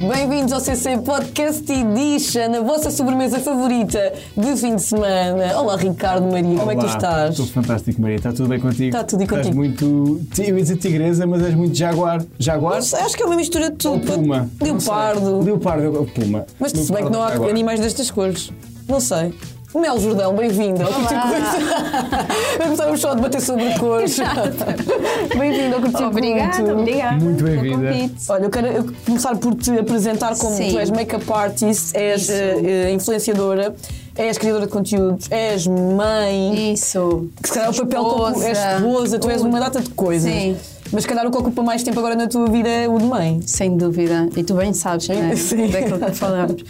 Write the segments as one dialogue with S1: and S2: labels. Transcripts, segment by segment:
S1: Bem-vindos ao CC Podcast Edition, a vossa sobremesa favorita de fim de semana. Olá, Ricardo Maria, como é que tu
S2: Olá,
S1: estás?
S2: Estou fantástico, Maria. Está tudo bem contigo?
S1: Está tudo e
S2: Estás
S1: contigo?
S2: muito. ti- Eu ia dizer tigresa, mas és muito jaguar. Jaguar?
S1: Não sei, Acho que é uma mistura de
S2: Ou
S1: tudo.
S2: puma?
S1: Leopardo.
S2: Leopardo, eu- puma.
S1: Mas se bem que não há
S2: Leopardo, jaguar.
S1: animais destas cores. Não sei. Mel Jordão, bem-vindo. Começamos só a debater sobre cores. bem-vindo ao Curtir
S3: Obrigada,
S1: Muito.
S3: obrigada.
S2: Muito
S3: pelo
S2: bem-vinda.
S3: convite.
S1: Olha, eu quero eu começar por te apresentar como
S3: Sim.
S1: tu és make-up artist, és
S3: Isso.
S1: eh, eh, influenciadora, és criadora de conteúdos, és mãe.
S3: Isso.
S1: Que se calhar o papel que ocupa, és esposa, tu és uma data de coisas.
S3: Sim.
S1: Mas se calhar o que ocupa mais tempo agora na tua vida é o de mãe.
S3: Sem dúvida. E tu bem sabes, né?
S1: Sim.
S3: Daquilo que falamos.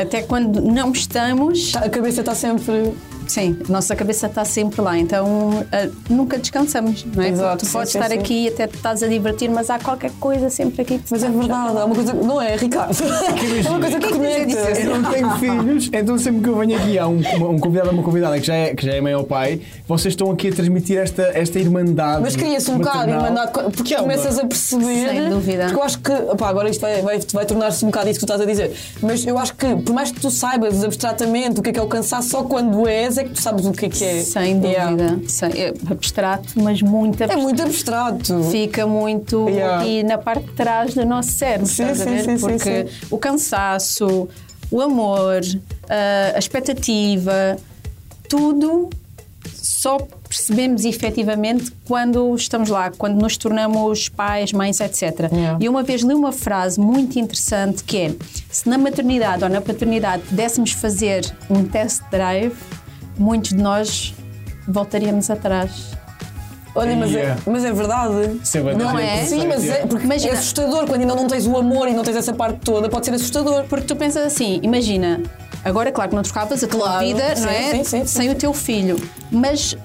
S3: Até quando não estamos,
S1: Tá- A cabeça está sempre.
S3: sim, a nossa cabeça está sempre lá. Então ah, nunca descansamos, não é?
S1: Exato,
S3: tu
S1: sim,
S3: podes
S1: sim,
S3: estar
S1: sim.
S3: aqui e até te estás a divertir, mas há qualquer coisa sempre aqui que te
S1: Mas é verdade, há uma coisa. Não é, Ricardo? É uma coisa que conecta.
S2: Eu não tenho filhos, então sempre que eu venho aqui há um, uma- um convidado ou uma convidada que já, é, que já é mãe ou pai, vocês estão aqui a transmitir esta, esta irmandade.
S1: Mas cria-se um bocado
S2: maternal,
S1: irmandade,
S2: que
S1: porque
S2: é uma-
S1: começas a perceber.
S3: Sem dúvida.
S1: Porque eu acho que, opá, agora isto vai, vai, vai tornar-se um bocado isso que tu estás a dizer. Mas eu acho que, por mais que tu saibas abstratamente o que é que é o cansaço, só quando és é que tu sabes o que é que é.
S3: Sem dúvida.
S1: Yeah.
S3: Sem- é abstrato, mas muito
S1: É
S3: abstrato.
S1: muito abstrato.
S3: fica muito
S2: Yeah.
S3: aqui na parte de trás do nosso cérebro,
S1: Sim,
S3: estás a
S1: sim,
S3: ver?
S1: sim, sim,
S3: Porque o cansaço, o amor, ah, a expectativa, tudo só percebemos efetivamente quando estamos lá, quando nos tornamos pais, mães, etc.
S1: Yeah.
S3: E uma vez li uma frase muito interessante que é: se na maternidade ou na paternidade pudéssemos fazer um test drive, muitos de nós voltaríamos atrás.
S1: Olha, mas,
S2: Yeah.
S1: é, mas é verdade.
S2: Isso é verdade.
S3: Não é?
S1: Sim, mas é, porque
S3: Imagina.
S1: é assustador quando ainda não tens o amor e não tens essa parte toda, pode ser assustador.
S3: Porque tu pensas assim, imagina, agora claro que não trocavas a tua
S1: Claro,
S3: vida,
S1: sim,
S3: não é?
S1: sim, sim, sim,
S3: Sem o teu filho. Mas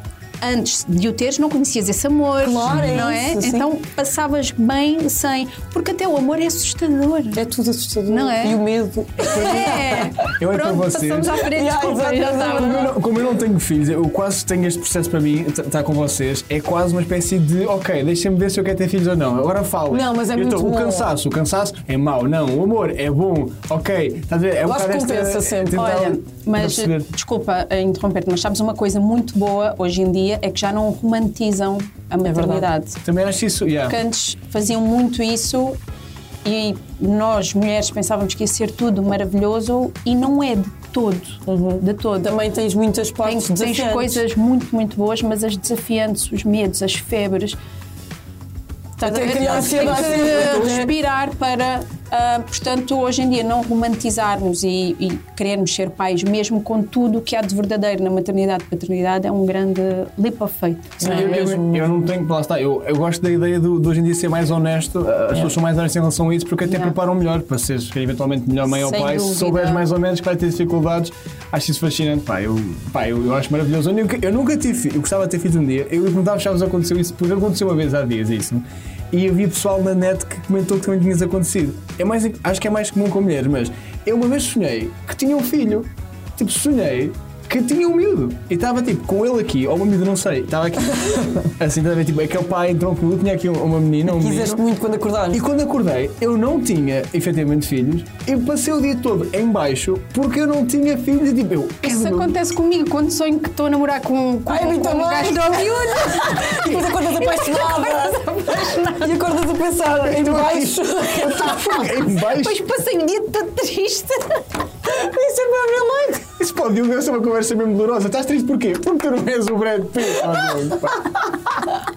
S3: antes de o teres não conhecias esse amor,
S1: Claro, é
S3: não
S1: isso, sim.
S3: Então passavas bem sem, porque até o amor é assustador.
S1: É tudo assustador.
S3: Não é?
S1: E o medo.
S3: É.
S2: Eu é para
S3: Pronto,
S2: vocês.
S3: passamos à frente,
S1: Yeah,
S3: desculpa, já
S1: exato,
S3: estava.
S2: Como eu, não, como eu não tenho filhos, eu quase tenho este processo para mim, está com vocês, é quase uma espécie de, ok, deixem-me ver se eu quero ter filhos ou não, agora fala.
S1: Não, mas é muito
S2: O
S1: bom.
S2: cansaço, o cansaço é mau, não, o amor é bom, ok, estás a ver? É um
S1: acho
S2: bocado
S1: que compensa
S2: esta-
S1: sempre.
S2: tentar-
S3: Olha, mas
S2: perceber.
S3: desculpa eh, interromper-te, mas sabes uma coisa muito boa hoje em dia é que já não romantizam a
S1: É
S3: maternidade.
S2: Também acho isso, yeah.
S3: que antes faziam muito isso e nós, mulheres, pensávamos que ia ser tudo maravilhoso e não é de todo. De todo.
S1: Também tens muitas
S3: Uhum. Tem,
S1: partes
S3: tens
S1: desafiantes.
S3: coisas muito, muito boas, mas as desafiantes, os medos, as febres. Estás
S1: Até
S3: a ver?
S1: criar
S3: Tem
S1: ansiedade,
S3: que
S1: né?
S3: respirar para. ah, portanto, hoje em dia, não romantizarmos e, e querermos ser pais, mesmo com tudo o que há de verdadeiro na maternidade e paternidade, é um grande leap of faith.
S2: Eu,
S1: Não é
S2: eu-
S1: mesmo?
S2: eu não tenho, lá está, eu, eu gosto da ideia do- de, hoje em dia ser mais honesto, as pessoas são mais honestas em relação a isso porque até
S3: Yeah.
S2: preparam melhor para seres eventualmente melhor mãe ou
S3: Sem
S2: pai, se
S3: dúvida.
S2: souberes mais ou menos que vai ter dificuldades, acho isso fascinante, pá, eu, pá, eu, eu acho maravilhoso. Eu nunca, eu nunca tive filho, eu gostava de ter filho um dia, eu perguntava se já vos aconteceu isso, porque aconteceu uma vez há dias isso, e havia pessoal na net que comentou que também tinha isso acontecido. É mais, acho que é mais comum com mulheres, mas eu uma vez sonhei que tinha um filho, tipo, sonhei que tinha um miúdo. E estava tipo com ele aqui, ou uma miúda, não sei, estava aqui. assim, estava tipo, aquele pai entrou comigo, tinha aqui uma menina, um menino.
S1: Quiseste muito quando acordares.
S2: E quando acordei, eu não tinha efetivamente filhos e passei o dia todo em baixo porque eu não tinha filhos e tipo, eu.
S3: Isso acontece comigo quando sonho que estou a namorar com, com,
S1: Ai, a mim
S3: com um
S1: também.
S3: gajo de miúdo.
S1: E depois acordas apaixonada. E acordas a pensar em baixo.
S2: Em baixo.
S3: Depois passei o um dia todo triste.
S1: Isso é para real life.
S2: Isso pode devia ser uma conversa mesmo dolorosa. Estás triste porquê? Porque tu não és o Brad Pitt. Oh, não, pá.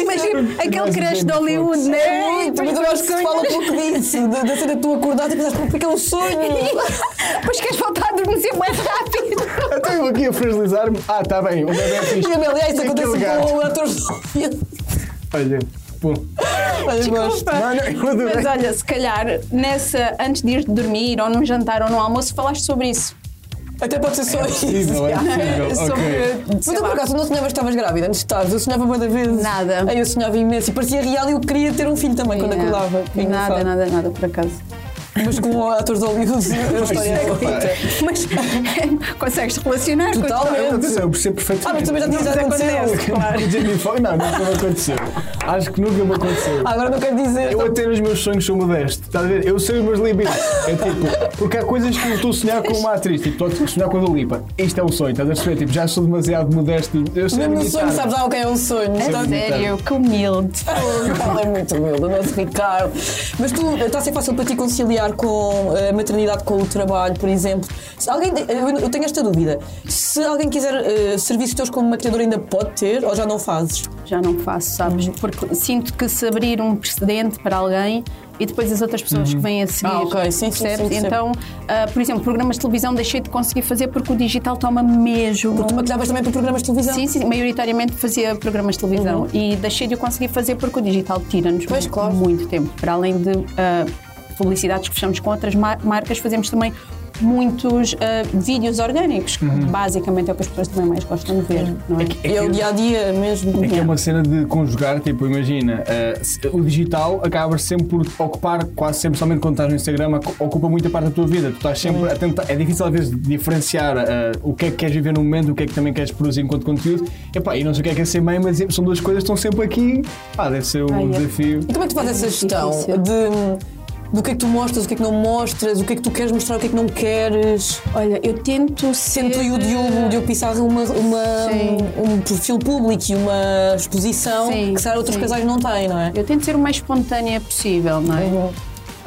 S3: Imagina aquele
S2: Nós
S3: crush de
S2: vivemos
S3: Hollywood,
S2: pouco.
S3: né?
S1: É muito, mas eu acho que se fala pouco disso. Da da cena de tu acordares e pensaste, porque é um sonho.
S3: Depois queres voltar a adormecer mais rápido.
S2: Até Então, eu aqui a fragilizar-me. Ah, está bem, o bebê é fixe.
S1: E Amélia, isso
S2: E aquele
S1: acontece
S2: gato.
S1: com o ator
S2: Olha, bom.
S1: Olha, gosto.
S2: Não, não, eu adorei.
S3: Mas olha, se calhar, nessa, antes de ir dormir, ou num jantar, ou num almoço, falaste sobre isso.
S1: Até pode ser só isso.
S2: Possível, é possível. ok.
S3: Sobre,
S1: Mas
S3: sei
S1: tu
S3: lá,
S1: por acaso não sonhavas que estavas grávida antes de estares? Eu sonhava muitas vezes.
S3: Nada.
S1: Ai, eu sonhava imenso e parecia real e eu queria ter um filho também quando
S3: yeah.
S1: acordava. Que
S3: é.
S1: é
S3: Nada,
S1: engraçado.
S3: nada, nada, por acaso.
S1: Mas com atores de Hollywood, a história é
S2: Pois é,
S1: bonita.
S3: Mas consegues relacionar com
S1: Totalmente.
S2: Eu, atenção, eu percebo
S1: Ah, mas
S2: perfeitamente.
S1: também já tinha
S3: Não, mas
S1: acontecido.
S3: acontece.
S2: Claro. Jamie Foxx, não, nunca me aconteceu. Acho que nunca me aconteceu.
S1: Ah, Agora não quero dizer.
S2: Eu até nos meus sonhos sou modesto, estás a ver? Eu sei os meus limites. É tipo, porque há coisas que eu estou a sonhar com uma atriz, tipo, estou a sonhar com a Dua Lipa. Isto é um sonho, estás a perceber? Tipo, já sou demasiado modesto. Eu sei
S1: Mesmo no
S2: limitar.
S1: sonho, sabes lá o que é um sonho.
S3: A
S1: Então,
S3: sério, que humilde.
S1: O Ricardo é muito humilde, o nosso Ricardo. Mas tu, está a ser fácil para ti conciliar com a maternidade com o trabalho, por exemplo. Se alguém, eu eu tenho esta dúvida. Se alguém quiser eh, serviços teus como maquiadora, ainda pode ter ou já não fazes?
S3: Já não faço, sabes?
S1: Uhum.
S3: Porque sinto que se abrir um precedente para alguém e depois as outras pessoas que vêm a seguir.
S1: Ah, ok. Sim, sim,
S3: percebes?
S1: sim, sim.
S3: Então, ah, por exemplo, programas de televisão deixei de conseguir fazer porque o digital toma mesmo.
S1: Porque tu maquilhavas também para programas de televisão.
S3: Sim, sim, maioritariamente fazia programas de televisão e deixei de o conseguir fazer porque o digital tira-nos
S1: Uhum. Pois, claro.
S3: muito tempo. Para além de ah, publicidades que fechamos com outras mar- marcas, fazemos também muitos ah, vídeos orgânicos, que basicamente é o que as pessoas também mais gostam de ver, não é?
S1: Uhum. É o dia a dia mesmo.
S2: É que é uma cena de conjugar, tipo, imagina, eh, se- o digital acaba sempre por ocupar, quase sempre, somente quando estás no Instagram, ac- ocupa muita parte da tua vida. Tu estás sempre a tentar, é difícil às vezes diferenciar eh, o que é que queres viver no momento, o que é que também queres produzir enquanto conteúdo. E pá, e não sei o que é que é ser mãe, mas eh, são duas coisas que estão sempre aqui. Pá, deve ser um
S3: Ai, é.
S2: desafio.
S1: E como é que tu fazes essa gestão
S3: Difícil.
S1: de do que é que tu mostras, o que é que não mostras, o que é que tu queres mostrar, o que é que não queres?
S3: Olha, eu tento ser...
S1: Sendo tu e o um, Diogo, o Diogo Pissarro uma, uma-
S3: Sim.
S1: um perfil público e uma exposição
S3: Sim,
S1: que se calhar outros
S3: sim.
S1: casais não têm, não é?
S3: Eu tento ser o mais espontânea possível, não
S1: Uhum.
S3: é?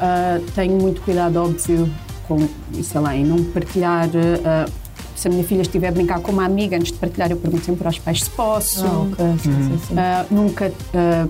S3: Ah, tenho muito cuidado, óbvio, com, sei lá, em não partilhar. ah, se a minha filha estiver a brincar com uma amiga, antes de partilhar, eu pergunto sempre aos pais se posso.
S1: Ah, ok.
S2: Uhum.
S1: Sim, sim, sim.
S3: Ah, nunca ah,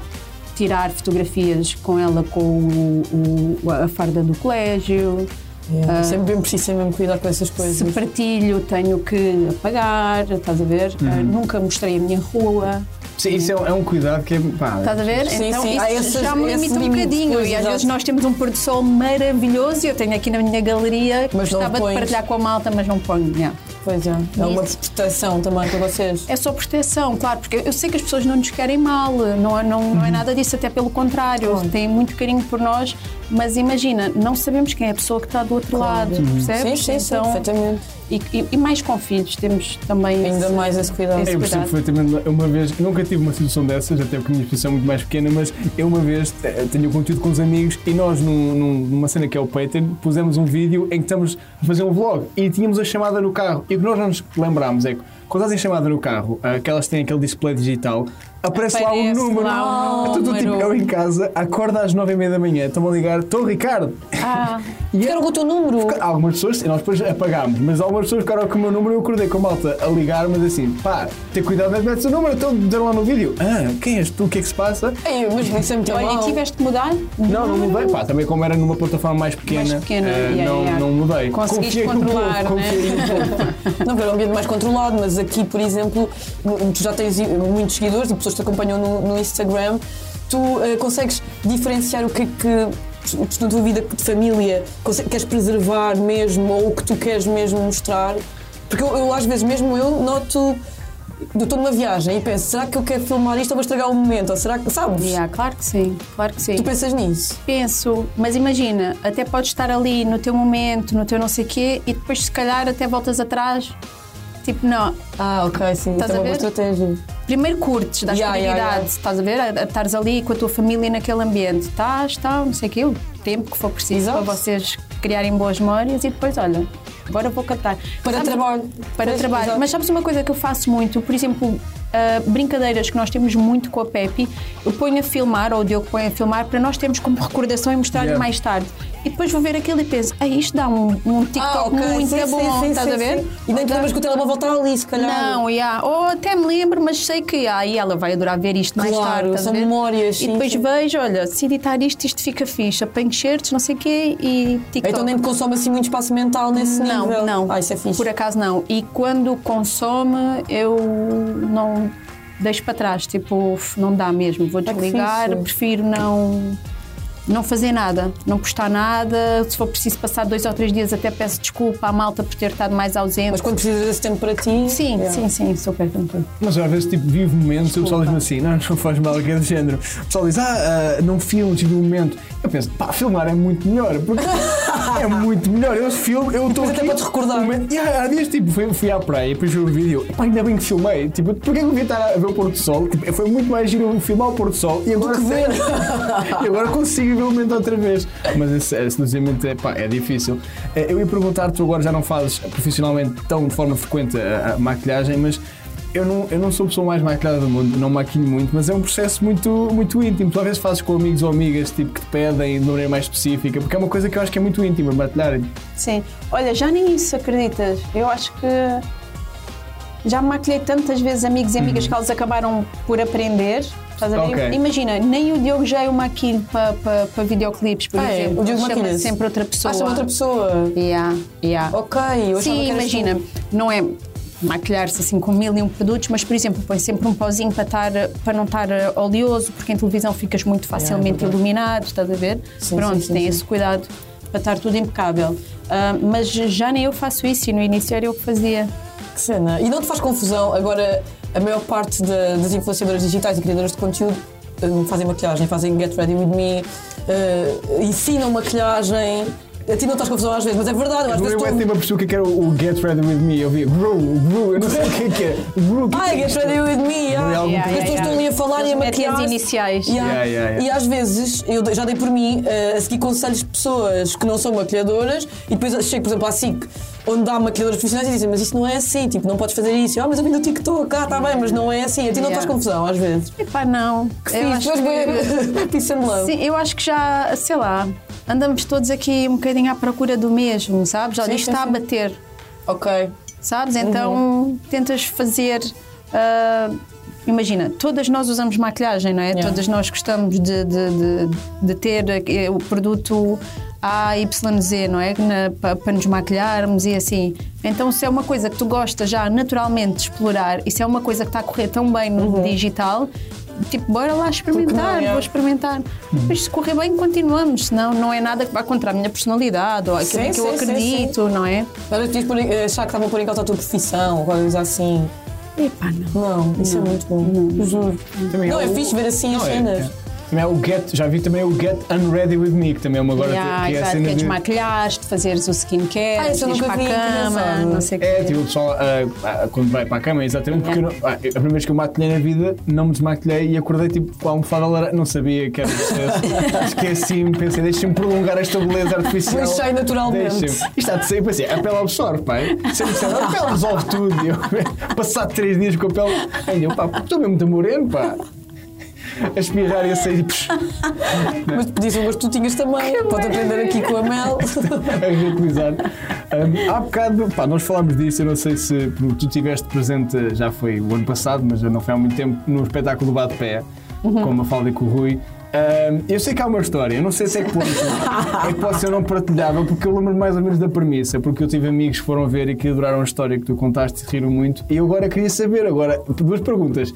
S3: tirar fotografias com ela com o- o- a farda do colégio. Ah,
S1: Yeah. É, Sempre bem preciso, sempre mesmo cuidar com essas coisas.
S3: Se partilho, tenho que apagar, estás a ver?
S1: Uhum.
S3: Ah, nunca mostrei a minha rua.
S2: Sim, isso é, um- é um cuidado que é. Pá,
S3: Estás a ver?
S1: Sim,
S3: então
S1: sim.
S3: isso
S1: Há esses-
S3: já me
S1: esse
S3: limita um
S1: limite,
S3: bocadinho.
S1: pois,
S3: e às
S1: exato.
S3: vezes nós temos um pôr do sol maravilhoso e eu tenho aqui na minha galeria que
S1: Mas não
S3: gostava de
S1: pões.
S3: partilhar com a malta, mas não ponho. não.
S1: Pois é. É uma
S3: Isso.
S1: proteção também para vocês.
S3: É só proteção, claro, porque eu sei que as pessoas não nos querem mal, não, é- não,
S1: Uhum.
S3: não é nada disso, até pelo contrário, têm muito carinho por nós, mas imagina, não sabemos quem é a pessoa que está do outro lado,
S1: Uhum. Sim,
S3: percebes? Então,
S1: sim, sim, perfeitamente.
S3: e, e- e mais com filhos, temos também
S1: Ainda
S3: esse-
S1: mais esse cuidado.
S3: esse
S2: Eu percebo
S3: cuidado.
S2: perfeitamente. Uma vez, nunca tive uma situação dessas, até porque a minha exposição é muito mais pequena, mas eu uma vez eh, tenho conteúdo com os amigos e nós, num- num- numa cena que é o Patreon, pusemos um vídeo em que estamos a fazer um vlog e tínhamos a chamada no carro. E o que nós não nos lembrámos é que quando fazem chamada no carro, aquelas que têm aquele display digital, aparece, lá um
S3: Aparece
S2: número.
S3: lá um
S2: Então, tu, tipo,
S3: número.
S2: eu em casa, acordo às nove e meia da manhã, estão a ligar, estou Ricardo.
S3: Ah,
S2: E é-
S1: Quero o teu número.
S2: Fica- Algumas pessoas, e nós depois apagámos, mas algumas pessoas ficaram com o meu número e eu acordei com a malta a ligar, mas assim, pá, ter cuidado, mas mete o número, então deram lá no vídeo. Ah, quem és tu? O que é que se passa?
S1: Ei, mas isso é muito
S3: olha, e
S1: mal.
S3: tiveste de mudar? Uhum.
S2: Não, não mudei, pá, também como era numa plataforma mais pequena,
S3: Mais pequena,
S2: eh,
S3: yeah,
S2: não,
S3: yeah.
S2: não mudei.
S3: Conseguiste
S2: Confiei no
S3: controlar,
S2: povo,
S3: né?
S2: confiei no povo.
S1: Não, porque é um ambiente mais controlado, mas aqui, por exemplo, tu já tens muitos seguidores e pessoas que te acompanham no, no Instagram, tu eh, consegues diferenciar o que é que tu- tu na tua vida de família conse- queres preservar mesmo ou o que tu queres mesmo mostrar? Porque eu, eu, às vezes mesmo eu noto. Eu estou numa viagem e penso, será que eu quero filmar isto ou vou estragar o momento? Ou será que. Sabes?
S3: Yeah, claro que sim, claro que sim.
S1: Tu pensas nisso?
S3: Penso, mas imagina, até podes estar ali no teu momento, no teu não sei quê, e depois se calhar até voltas atrás. Tipo, não,
S1: Ah, ok, sim.
S3: Estás
S1: Isso é
S3: a
S1: uma boa
S3: ver?
S1: estratégia.
S3: primeiro curtes, dás
S1: Yeah, yeah,
S3: prioridade,
S1: yeah.
S3: estás a ver? A- a Estares ali com a tua família naquele ambiente, estás, está, não sei o quê, o tempo que for preciso
S1: Exato.
S3: para vocês criarem boas memórias e depois, olha, agora vou captar.
S1: Para trabalho.
S3: Para
S1: Pois,
S3: trabalho.
S1: exato.
S3: Mas sabes uma coisa que eu faço muito? Por exemplo, ah, brincadeiras que nós temos muito com a Pepe, eu ponho a filmar, ou o Diogo põe a filmar, para nós termos como recordação e mostrar
S2: Yeah.
S3: mais tarde. E depois vou ver aquilo e penso, ah, isto dá um, um TikTok
S1: Ah,
S3: muito é bom, estás a ver? Então
S1: E nem te lembras que o telemóvel está ali, se calhar.
S3: Não, yeah. ou até me lembro, mas sei que ah, e ela vai adorar ver isto mais
S1: Claro,
S3: tarde. estás a
S1: são
S3: ver?
S1: memórias,
S3: E
S1: sim,
S3: depois
S1: sim.
S3: vejo, olha, se editar isto, isto fica fixe. Apanho shirts, não sei o quê e TikTok.
S1: Então nem te consome assim muito espaço mental nesse
S3: Não,
S1: nível.
S3: não.
S1: Ah, isso é fixe.
S3: Por acaso não. E quando consome, eu não deixo para trás. Tipo, "Uf, não dá mesmo. Vou
S1: que
S3: desligar,
S1: fixe.
S3: prefiro não. Não fazer nada, não postar nada. Se for preciso passar dois ou três dias, até peço desculpa à malta por ter estado mais ausente.
S1: Mas quando precisas desse tempo para ti. é.
S3: Sim,
S1: yeah.
S3: sim, sim, super tranquilo.
S2: Mas às vezes tipo, vivo momentos e o pessoal diz-me assim, não, não faz mal que é do tipo, género. O pessoal diz, ah, ah, não filmo, tive um momento. Eu penso, pá, filmar é muito melhor, porque é muito melhor. Eu filmo, eu estou
S1: Depois
S2: aqui. um
S1: até para te recordar.
S2: Uma- E há há dias, tipo, fui, fui à praia e depois vi um vídeo. Pá, ainda bem que filmei. Tipo, porquê que eu devia estar a ver o pôr do sol? Tipo, foi muito mais giro eu filmar o pôr do sol e agora
S1: que ver.
S2: e agora consigo ver o momento outra vez. Mas esse, esse luzimento é, pá, é difícil. Eh, Eu ia perguntar, tu agora já não fazes profissionalmente tão de forma frequente a, a maquilhagem, mas eu não, eu não sou a pessoa mais maquilhada do mundo, não maquilho muito, mas é um processo muito, muito íntimo. Tu às vezes fazes com amigos ou amigas tipo, que te pedem de maneira mais específica, porque é uma coisa que eu acho que é muito íntima, maquilhar.
S3: Sim. Olha, já nem isso acreditas. Eu acho que já maquilhei tantas vezes amigos e amigas que eles acabaram por aprender. Estás a ver?
S2: Ok.
S3: Imagina, nem o Diogo já eu maquilho para pa, pa videoclipes, por
S1: Ah, é?
S3: exemplo.
S1: O Diogo
S3: Chama
S1: maquilha-se?
S3: sempre outra pessoa.
S1: Acha Ah, outra pessoa.
S3: Yeah, yeah.
S1: Ok, eu achava que
S3: Sim,
S1: eras
S3: imagina,
S1: tu.
S3: não é maquilhar-se assim com mil e um produtos, mas por exemplo, põe sempre um pozinho para, estar, para não estar eh, oleoso, porque em televisão ficas muito facilmente
S1: é verdade.
S3: iluminado, estás a ver?
S1: Sim,
S3: Pronto,
S1: sim, sim,
S3: tem
S1: sim.
S3: esse cuidado para estar tudo impecável. Ah, mas já nem eu faço isso e no início era eu que fazia.
S1: Que cena. E não te faz confusão? Agora, a maior parte da- das influenciadoras digitais e criadoras de conteúdo hum, fazem maquilhagem, fazem Get Ready With Me, eh, ensinam maquilhagem. A ti não estás confusão às vezes, mas é verdade. eu Às
S2: Eu
S1: vezes
S2: eu tenho
S1: tu...
S2: uma pessoa que quer o o Get Ready With Me, eu vi Gru, Gru, eu não sei o que é que é. Gru, o que é
S1: Ai,
S2: que
S1: Get
S2: é isto?
S1: Ready With Me, ah.
S2: Real-
S1: As pessoas estão ali a falar e a
S3: Eles metem
S1: maquilhar.
S3: as iniciais.
S2: Yeah, yeah, yeah.
S1: E às vezes, eu de- já dei por mim eh, a seguir conselhos de pessoas que não são maquilhadoras e depois chego, por exemplo, à SIC, onde há maquilhadoras profissionais e dizem, mas isso não é assim, tipo, não podes fazer isso. Eu, Ah, mas eu vim do TikTok, ah, está bem, mas não é assim. A ti não
S3: Yeah.
S1: estás confusão, às vezes.
S3: Epá, não. eu
S1: Fiz,
S3: acho
S1: depois
S3: que-
S1: bem- Peace and love.
S3: Sim, eu acho que já, sei lá, andamos todos aqui um bocadinho à procura do mesmo, sabes? Olha,
S1: Sim,
S3: isto
S1: sim,
S3: está a
S1: sim.
S3: bater.
S1: Ok.
S3: sabes?
S1: Uhum.
S3: Então tentas fazer. ah, imagina, todas nós usamos maquilhagem, não é?
S1: Yeah.
S3: Todas nós gostamos de, de, de, de ter eh, o produto A, Y, Z, não é? Para nos maquilharmos e assim. Então, se é uma coisa que tu gostas já naturalmente de explorar e se é uma coisa que está a correr tão bem
S1: Uhum.
S3: no digital. Tipo, bora lá
S1: Por que não,
S3: experimentar,
S1: yeah.
S3: vou experimentar.
S1: Uhum.
S3: Mas se correr bem, continuamos, senão não é nada que vá contra a minha personalidade ou aquilo
S1: Sim,
S3: que eu
S1: sim, sim, sim.
S3: acredito, não é?
S1: Às vezes podias pôr em- eh, achar que estavam a pôr em causa a tua profissão, ou coisa assim.
S3: Epá, não.
S1: Não, isso é muito bom. Juro.
S2: Também
S1: Não,
S2: há
S1: é
S2: o-
S1: fixe ver assim as
S2: Não, é-
S1: cenas.
S2: é. Também há o Get, já vi também o Get Unready With Me, que também é uma agora
S3: Yeah,
S2: que é a
S3: exato,
S2: cena
S3: que é
S2: de...
S3: desmaquilhares, de fazeres o skincare,
S1: Ah, isso eu
S3: ires
S1: nunca
S3: para
S1: vi,
S3: a cama,
S1: engraçado.
S3: não sei o
S2: É,
S3: quê.
S2: tipo, o pessoal ah, ah, quando vai para a cama, exatamente, porque eu não- ah, eu- a primeira vez que eu maquilhei na vida, não me desmaquilhei e acordei tipo com a almofada laranja, não sabia que era processo, esqueci-me, pensei, deixa-me prolongar esta beleza artificial.
S1: Pois sai naturalmente.
S2: Deixa-me. Isto há de sair, pensei, a pele absorve, pai. Sempre disseram, a pele resolve tudo. E Eu, passado três dias com a pele, ainda eu, pá, estou mesmo de moreno, pá. A espirrar e a sair, psh, é.
S1: Mas podias umas tutinhas também. Podes aprender aqui com a Mel.
S2: a reutilizar. Um, É há bocado, pá, nós falámos disso, eu não sei se tu estiveste presente, já foi o ano passado, mas já não foi há muito tempo, no espetáculo do Bate-Pé, com a Mafalda e com o Rui. Um, eu sei que há uma história, eu não sei até que ponto é que pode ser não partilhável, porque eu lembro mais ou menos da premissa, porque eu tive amigos que foram ver e que adoraram a história que tu contaste e riram muito. E eu agora queria saber, agora, duas perguntas.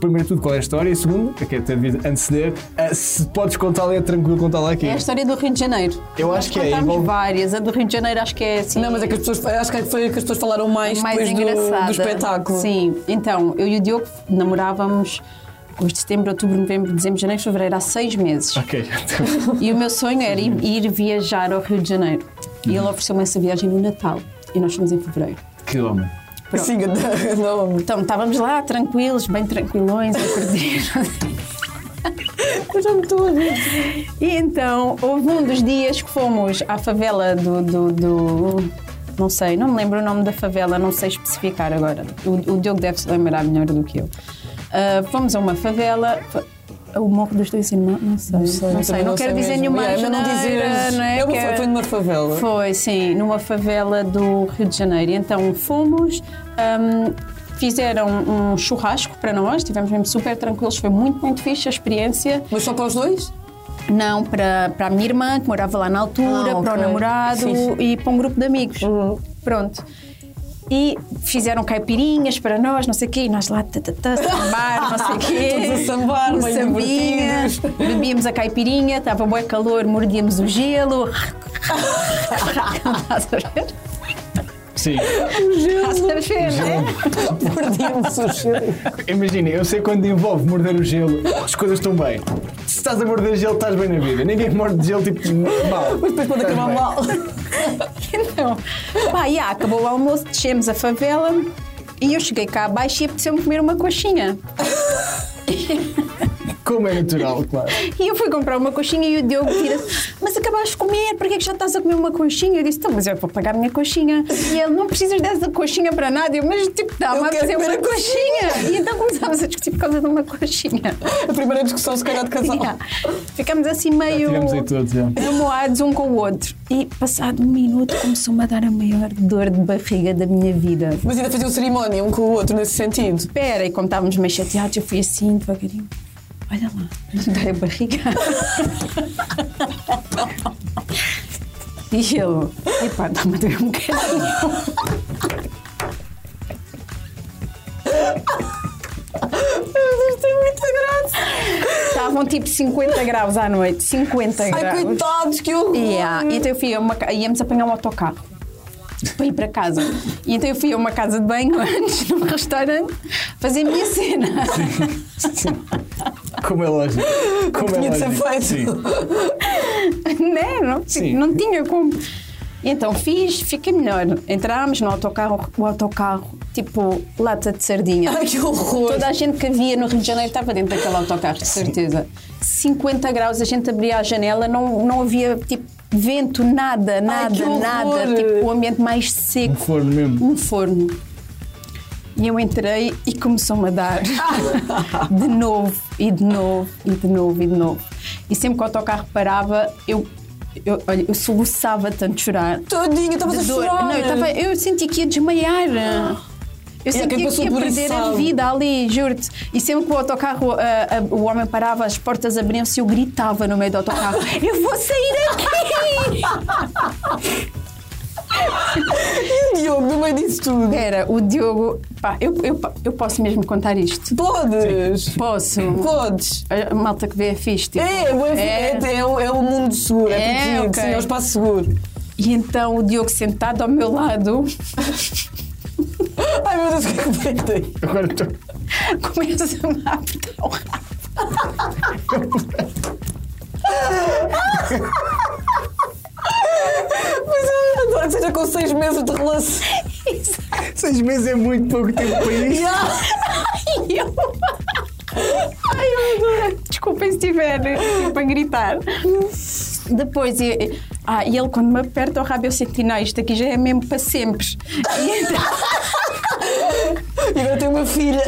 S2: Primeiro de tudo, qual é a história? E segundo, que é até devido anteceder, ah, se podes contá-la, é tranquilo contá-la aqui.
S3: É a história do Rio de Janeiro.
S2: Eu
S3: Nós
S2: acho que é,
S3: contámos
S2: envolve-
S3: várias. A do Rio de Janeiro acho que é assim.
S1: Não, mas é que as pessoas, acho que foi que as pessoas falaram mais,
S3: mais
S1: depois do- do,
S3: engraçada.
S1: espetáculo.
S3: Sim, então, eu e o Diogo namorávamos agosto, setembro, outubro, novembro, dezembro, janeiro, fevereiro, há seis meses.
S2: Ok, então, já
S3: E o meu sonho era ir, ir viajar ao Rio de Janeiro. E ele ofereceu-me essa viagem no Natal. E nós fomos em fevereiro.
S2: Que homem.
S1: Sim, Assim, não.
S3: Então, estávamos lá tranquilos, bem tranquilões, a curtir.
S1: Eu já me estou a ver.
S3: E então, houve um dos dias que fomos à favela do. do- do- não sei, não me lembro o nome da favela, não sei especificar agora. O, o Diogo deve se lembrar melhor do que eu. Ah, fomos a uma favela. fa- O Morro dos Dois Irmãos? Não sei. Não sei, não, quero dizer nenhuma.
S1: É, mas não
S3: asneira,
S1: dizer.
S3: não é?
S1: Eu
S3: Que é-
S1: fui numa favela.
S3: foi, sim, numa favela do Rio de Janeiro. E Então fomos, hum, fizeram um churrasco para nós, estivemos mesmo super tranquilos, foi muito, muito fixe a experiência.
S1: Mas só para os dois?
S3: Não para, para a minha irmã, que morava lá na altura,
S1: Ah,
S3: para o
S1: ok. Uhum.
S3: namorado
S1: Fixe.
S3: e para um grupo de amigos. Pronto. E fizeram caipirinhas para nós, não sei o quê, e nós lá, tã, tã, tã, sambar, não sei o quê.
S1: Todos a sambar,
S3: Um
S1: bem
S3: sambinha,
S1: divertidos.
S3: bebíamos a caipirinha, estava bom calor, mordíamos o gelo. Estás a ver?
S2: Sim.
S3: Já sabes ver, não é?
S1: Perdemos o gelo.
S2: Imagina, eu sei quando envolve morder o gelo, as coisas estão bem. Se estás a morder gelo, estás bem na vida. Ninguém que morde gelo, tipo, mal.
S1: Mas depois pode
S2: Estás
S1: acabar
S2: bem.
S1: mal.
S3: Então, pá, já, acabou o almoço, descemos a favela e eu cheguei cá abaixo e apeteceu-me comer uma coxinha.
S2: Como é natural, claro.
S3: E eu fui comprar uma coxinha e o Diogo tira mas acabaste de comer, porquê é que já estás a comer uma coxinha? Eu disse, então, mas eu vou pagar a minha coxinha. E ele, não precisas dessa coxinha para nada. Eu, mas tipo, dá,
S1: Eu
S3: mas
S1: quero
S3: é uma
S1: comer a
S3: coxinha. E então começámos a discutir por causa de uma coxinha.
S1: A primeira discussão, se calhar, de casal.
S3: Yeah. Ficámos assim meio
S2: Tivemos aí todos, é. já.
S3: namoados um com o outro. E passado um minuto começou-me a dar a maior dor de barriga da minha vida.
S1: Mas ainda faziam cerimónia um com o outro nesse sentido.
S3: Espera, e como estávamos meio chateados, eu fui assim, devagarinho. Olha lá, não dói a barriga. e ele, epá, está-me a doer um bocadinho.
S1: Tem muita graça.
S3: Estavam tipo 50 graus à noite, 50 graus.
S1: Ai, coitados, que horror.
S3: Yeah. Então eu fui a uma ca- íamos apanhar um autocarro para ir para casa. E então eu fui a uma casa de banho antes, num restaurante, fazer a minha cena.
S2: Como é lógico. Como é
S1: Tinha de ser
S2: lógico.
S1: feito.
S2: Sim.
S3: né? Não,
S2: Sim.
S3: não tinha como. Então fiz, fiquei melhor. Entrámos no autocarro, o autocarro, tipo lata de sardinha.
S1: Ai, que horror.
S3: Toda a gente que havia no Rio de Janeiro estava dentro daquele autocarro, de certeza. 50 graus, a gente abria a janela, não, não havia tipo vento, nada, nada,
S1: que horror.
S3: nada. Tipo, o ambiente mais
S2: Um
S3: seco,
S2: forno mesmo.
S3: um forno. E eu entrei e começou-me a dar. de novo, e de novo, e de novo, e de novo. E sempre que o autocarro parava, eu, eu, olha, eu soluçava tanto de chorar.
S1: Tadinho, estavas a
S3: De dor.
S1: chorar.
S3: Não, eu, tava, eu senti que ia desmaiar. Eu
S1: quem
S3: sentia que
S1: passou
S3: ia
S1: por
S3: perder
S1: isso
S3: a
S1: sabe.
S3: vida ali, juro-te. E sempre que o autocarro, ah, ah, o homem parava, as portas abriam-se, eu gritava no meio do autocarro: Eu vou sair daqui!
S1: E o Diogo, no meio disso tudo.
S3: Era, o Diogo. Pá, eu, eu, eu posso mesmo contar isto?
S1: Podes.
S3: Posso.
S1: Podes.
S3: A malta que vê é fixe. tipo.
S1: É, o F- é, é, o- é o mundo seguro, é,
S3: É,
S1: protegido,
S3: ok.
S1: sim, é o espaço seguro.
S3: E então o Diogo sentado ao meu lado
S1: Ai meu Deus, o que é que foi daí?
S2: Agora estou.
S3: começa-me a apertar o rabo.
S1: Mas é, eu adoro que seja com seis meses de relação. ah,
S2: Seis meses é muito pouco tempo para isto.
S1: Yeah.
S3: E eu. Ai, eu adoro. Desculpem se estiver tipo, a gritar. Depois, e, e- ah, e ele quando me aperta o rabo, eu senti, não, isto aqui já é mesmo para sempre. E então-
S1: E agora tenho uma filha.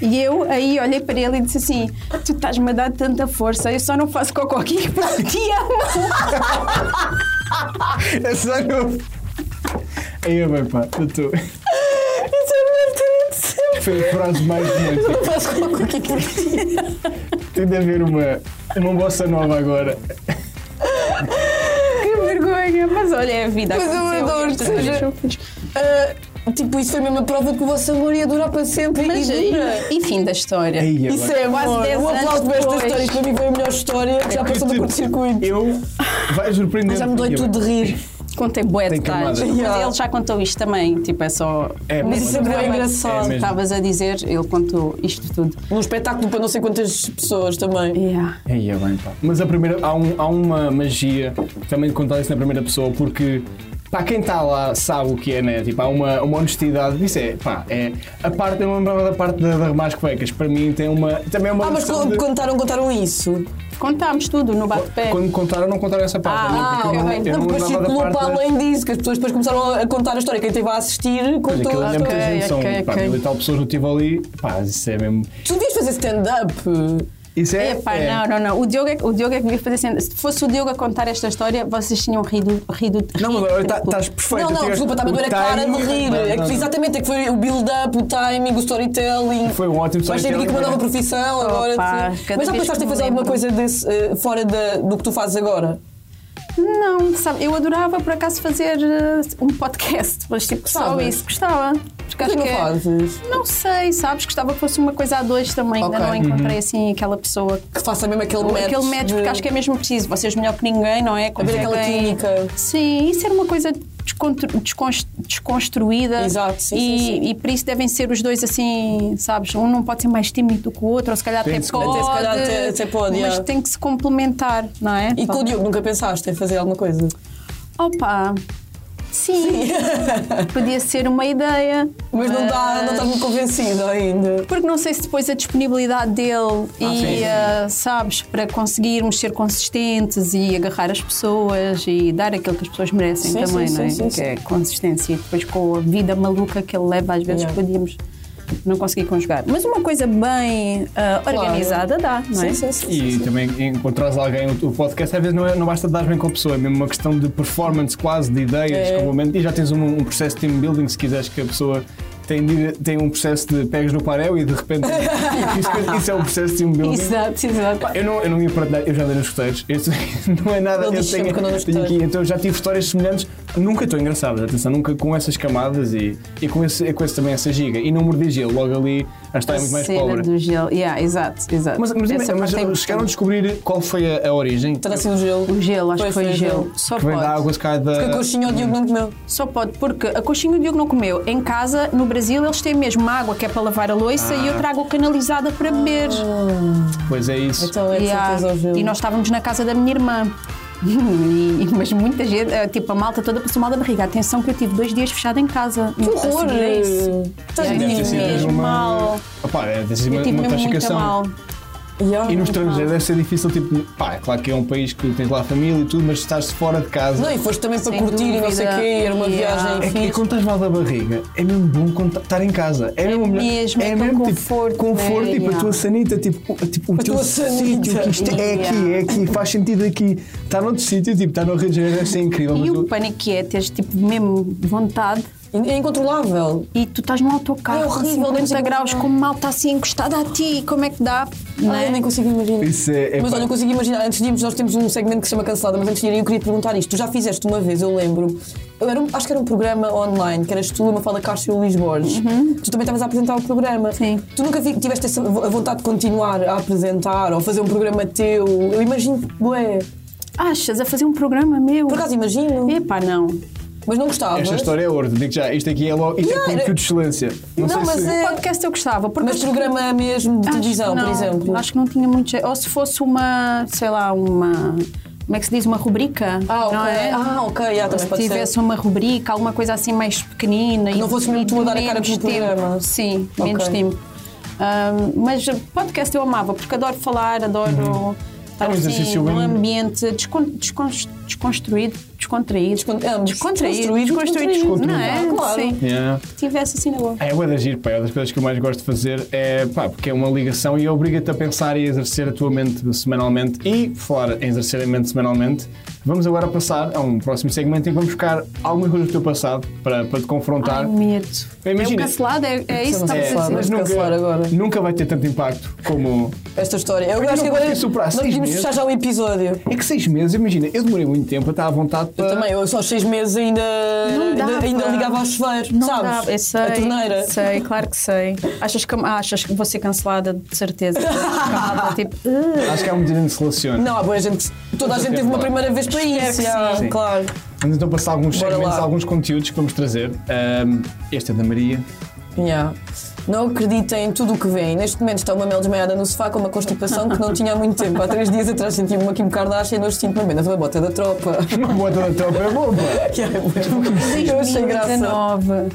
S3: E eu aí olhei para ele e disse assim: Tu estás-me a dar tanta força, eu só não faço cocô aqui porque te amo.
S2: É só novo. Aí eu, bem, pá, eu estou.
S1: Isso é muito interessante.
S2: Foi a frase mais bonita.
S1: Eu faço cocô aqui por ti.
S2: Tem de haver uma, uma bossa nova agora.
S3: que vergonha, mas olha, é a vida.
S1: Mas eu
S3: aconteceu,
S1: adoro
S3: estas
S1: que
S3: coisas
S1: seja-
S3: eu fiz.
S1: Ah, tipo, isso foi mesmo a prova de que o vosso amor ia durar para sempre
S3: Mas
S1: e dura.
S3: e, e fim da história.
S2: Aí agora.
S1: Isso é
S3: Quase
S1: amor.
S3: 10
S1: Um aplauso
S3: anos
S1: para esta
S3: depois.
S1: história, que para mim foi a melhor história que
S2: É
S1: já passou no curto-circuito.
S2: Tipo, Eu. Vai surpreender.
S1: Já me dói tudo de rir.
S3: Contei bué
S2: Tem
S3: detalhes.
S2: camadas.
S1: Yeah.
S3: Mas ele já contou isto também, tipo, é só.
S2: É,
S1: Mas
S2: pá,
S1: isso é bem engraçado.
S2: mesmo.
S3: Estavas a dizer, ele contou isto tudo.
S1: Num espetáculo para não sei quantas pessoas também.
S3: Yeah.
S2: Aí é bem, pá. Mas a primeira, há, um- há uma magia também de contar isso na primeira pessoa, porque pá, quem está lá sabe o que é, né? Tipo, há uma, uma honestidade. Isso é, pá, é. A parte, eu não lembrava da parte da, da Remasco Becas, para mim tem uma. Também é uma.
S1: Ah, mas
S2: noção
S1: quando
S2: de-
S1: contaram, contaram isso.
S3: Contámos tudo no bate-pé.
S2: Quando me contaram, não contaram essa parte. não,
S3: Ah,
S2: porque eu não,
S3: ok.
S2: eu
S1: Não, tipo,
S2: não
S1: depois
S2: lembrava
S1: circulou
S2: da
S1: para
S2: parte.
S1: além disso, que as pessoas depois começaram a contar a história. Quem esteve a assistir
S2: Mas
S1: contou
S2: aquilo
S1: a
S2: é muita
S1: história.
S3: ok,
S2: gente, são
S3: ok,
S2: pá,
S3: ok.
S2: mil e tal pessoas no Tivoli. Pá, isso é mesmo.
S1: Tu devias fazer stand-up.
S2: Isso é.
S3: Epá,
S2: é-
S3: não, não, não. O Diogo, é, que- o Diogo é que devia fazer cena. Se fosse o Diogo a contar esta história, vocês tinham rido. rido
S2: Não, mas
S3: rido
S2: agora tá-
S3: triplo.
S2: estás perfeito.
S1: tipo, Não, não,
S2: tiveste
S1: desculpa, estava a
S2: o
S1: doer a cara de
S2: timing-
S1: rir.
S2: Não,
S1: É que-
S2: não, não.
S1: exatamente, é que foi o build-up, o timing, o storytelling.
S2: Foi um ótimo
S1: Vais ter aqui
S2: storytelling,
S1: com uma nova
S2: não é?
S1: profissão agora.
S3: Opa,
S1: sim.
S3: cada
S1: Mas já
S3: vez
S1: pensaste
S3: que
S1: em
S3: me
S1: fazer alguma
S3: lembro.
S1: coisa desse, eh, fora da- do que é tu fazes agora?
S3: Não, sabe, eu adorava por acaso fazer eh, um podcast, mas tipo só
S1: Gostava?
S3: isso, gostava.
S1: Por que
S3: Porque acho
S1: não
S3: que é-
S1: fazes?
S3: Não sei, sabes? Gostava que fosse uma coisa a dois também,
S1: Ok.
S3: ainda não
S2: Uhum.
S3: encontrei assim aquela pessoa.
S1: Que faça mesmo aquele match.
S3: Aquele médico,
S1: de-
S3: porque acho que é mesmo preciso. Vocês melhor que ninguém, não é?
S1: Haver aquela
S3: Conseguem-
S1: química.
S3: Sim, isso era uma coisa descontru- descons- desconstruída
S1: Exato, sim,
S3: e,
S1: sim, sim.
S3: e por isso devem ser os dois assim, sabes? Um não pode ser mais tímido do que o outro, ou se calhar
S2: Tem
S3: até
S2: de se-
S3: pode,
S1: Até se calhar até- até pode,
S3: mas
S1: yeah.
S3: tem que se complementar, não é?
S1: E com o Diogo, nunca pensaste em fazer alguma coisa?
S3: Opa! Sim, podia ser uma ideia. eh,
S1: Mas não dá, não estás-me convencido ainda.
S3: Porque não sei se depois a disponibilidade dele e,
S2: sim, sim.
S3: ah, sabes, para conseguirmos ser consistentes e agarrar as pessoas e dar aquilo que as pessoas merecem
S1: Sim,
S3: também,
S1: sim,
S3: não é?
S1: sim, sim,
S3: que
S1: sim.
S3: é consistência. E depois com a vida maluca que ele leva, às vezes
S1: Yeah.
S3: podíamos não conseguir conjugar. Mas uma coisa bem ah,
S1: Claro.
S3: organizada dá, não é?
S1: Sim, sim, sim. sim,
S2: E
S1: sim.
S2: também encontrares alguém, o o podcast às vezes não, é- não basta dar bem com a pessoa, é mesmo uma questão de performance quase, de ideias,
S1: É.
S2: complemento, e já tens um, um processo de team building se quiseres que a pessoa tem, de- tem um processo de pegas no parel e de repente isso, isso é um processo de team building.
S3: Exato, exato.
S2: Eu não, eu não ia para nada, eu já andei nos escuteiros. Isso não é nada.
S1: Ele
S2: eu
S1: diz sempre que andou nos escuteiros.
S2: aqui, então já tive histórias semelhantes, nunca estou engraçada, atenção, nunca com essas camadas e, e com, esse, e com esse também essa giga. E não mordi gelo, logo ali a história é muito mais
S3: cena
S2: pobre.
S3: do gel. Yeah, exato, exato.
S2: Mas, mas,
S3: Essa
S2: mas
S3: parte é
S2: chegaram a
S3: importante.
S2: descobrir qual foi a, a origem.
S1: Terá sido o gelo.
S3: o gelo, acho
S1: Pois é,
S3: que foi
S1: foi
S3: o
S1: o
S3: gelo.
S1: gelo.
S3: Só
S2: que vem
S3: pode.
S2: da água secada.
S1: Porque a coxinha o Diogo não comeu.
S3: Só pode, porque a coxinha o Diogo não comeu. Em casa, no Brasil, eles têm mesmo uma água que é para lavar a louça
S1: Ah.
S3: e outra água canalizada para beber.
S2: Pois é isso.
S1: Então é de
S3: E há-
S1: certeza o gelo.
S3: E nós estávamos na casa da minha irmã. E- mas muita gente, eh, tipo a malta toda passou mal da barriga. Atenção que eu tive dois dias fechada em casa.
S1: Que horror!
S3: A seguir a isso.
S2: Deve ter sido
S3: é Mesmo
S2: mesmo
S3: mal.
S2: uma. Opa, deve ter sido
S3: Eu
S2: uma,
S3: tive
S2: uma
S3: mesmo muito
S2: intoxicação.
S3: mal.
S2: E no estrangeiro deve ser difícil, tipo, pá, é claro que é um país que tens lá a família e tudo, mas estás fora de casa.
S1: Não, e foste também para
S3: Sem
S1: curtir e não sei o
S3: dúvida.
S1: quê, era uma
S3: Yeah.
S1: viagem
S2: É que
S1: fixe.
S2: quando estás mal da barriga, é mesmo bom quando tá- estar em casa. É, mesmo, melhor-
S3: mesmo, aquele
S2: tipo,
S3: conforto,
S2: conforto,
S3: né?
S2: tipo, a
S3: Yeah.
S2: tua sanita, tipo, o- tipo o teu
S1: tua sanita.
S2: sítio, que isto é aqui, é aqui, faz sentido aqui. Está noutro sítio, tipo, está no Rio de Janeiro, deve ser incrível.
S3: E
S2: mas
S3: o
S2: eu-
S3: pânico que é teres tipo mesmo vontade
S1: É incontrolável.
S3: e tu estás no autocarro
S1: É
S3: com
S1: horrível,
S3: 50
S1: não-
S3: graus, como mal está assim encostada a ti, como é que dá? Não
S1: Ai,
S3: é?
S1: eu nem consigo imaginar.
S2: Isso é- é
S1: mas
S2: pá.
S1: olha, eu consigo imaginar. Antes de irmos, nós temos um segmento que se chama Cancelada, mas antes de ir, eu queria perguntar isto. Tu já fizeste uma vez, eu lembro. Eu era um- acho que era um programa online, que eras tu, a Mafalda Castro e o Luís Borges. Tu também estavas a apresentar o programa.
S3: Uhum. Sim.
S1: Tu nunca vi- tiveste essa vo- a vontade de continuar a apresentar ou fazer um programa teu? Eu imagino, ué.
S3: Achas a fazer um programa meu?
S1: Por acaso imagino,
S3: Epá, não.
S1: mas não gostava.
S2: Esta história é ouro, digo já, isto aqui é logo, isto
S1: Não,
S2: é conteúdo
S1: era-
S2: de excelência. Não,
S1: Não,
S2: sei
S1: mas
S2: se...
S1: é-
S3: Podcast eu gostava, porque
S1: Mas
S3: acho que-
S1: programa mesmo de
S3: acho que
S1: televisão, por
S3: não,
S1: exemplo.
S3: Acho que não tinha muito jeito. Ou se fosse uma, sei lá, uma. Como é que se diz? Uma rubrica?
S1: Ah, ok.
S3: Não é?
S1: Ah, ok, já, também
S3: se
S1: pode
S3: tivesse
S1: ser.
S3: uma rubrica, alguma coisa assim mais pequenina. e
S1: não fosse mesmo tu a dar a cara
S3: menos
S1: pelo
S3: tempo.
S1: programa.
S3: Sim,
S1: Ok.
S3: menos tempo. Ahm, mas podcast eu amava, porque adoro falar,
S1: Uhum.
S3: adoro estar
S2: É um
S3: assim,
S2: exercício
S3: num
S2: bem-
S3: ambiente descon- descon- desconstruído, descontraído.
S1: Descon- ambos.
S3: Descontraído,
S1: Desconstruído, descontraído.
S3: não é?
S1: Ah, claro.
S3: Sim.
S2: Yeah.
S3: Tivesse assim na boa.
S2: É, o Adagir, pá, é uma das coisas que eu mais gosto de fazer, é, pá, porque é uma ligação e obriga-te a pensar e a exercer a tua mente semanalmente. E, por falar em exercer a mente semanalmente, vamos agora passar a um próximo segmento em que vamos buscar alguma coisa do teu passado para, para te confrontar.
S1: Tá?
S3: Ai, um medo.
S2: Bem,
S3: é o
S2: imagina-
S3: cancelado, é, é isso
S1: Sim,
S3: que
S1: é,
S3: está a
S1: vamos
S2: mas
S3: acontecer.
S2: nunca,
S1: cancelar agora.
S2: nunca vai ter tanto impacto como.
S3: um-
S1: Esta história. Eu
S2: Mas
S1: acho que
S2: não
S1: agora
S2: consegui superar
S1: nós
S2: seis
S1: devíamos
S2: meses.
S1: fechar já o episódio.
S2: É que seis meses, imagina, eu demorei muito tempo a estar à vontade para.
S1: Eu também, eu só aos seis meses ainda,
S3: Não
S1: ainda,
S3: dava.
S1: ainda ligava ao chuveiro,
S3: Não
S1: sabes?
S3: dava. Eu sei,
S1: a torneira.
S3: Sei, claro que sei. Achas que, ah, achas que vou ser cancelada? De certeza. Ficava, tipo, "Ugh".
S2: Acho que há muita gente que se relaciona.
S1: Não, há boa gente. Toda a gente teve uma primeira vez para isso.
S3: que
S1: já,
S2: sim.
S1: Claro.
S2: Vamos então passar alguns
S1: Bora
S2: segmentos,
S1: lá.
S2: alguns conteúdos que vamos trazer. Ahm, este é da Maria.
S1: Yeah. Não acreditem em tudo o que vem. Neste momento está uma mel desmaiada no sofá com uma constipação que não tinha há muito tempo. Há três dias atrás senti-me um uma Kim Kardashian e hoje sinto-me apenas uma bota da tropa.
S2: Uma bota da tropa é boa, pá.
S1: Yeah, eu achei graça.
S3: 2019.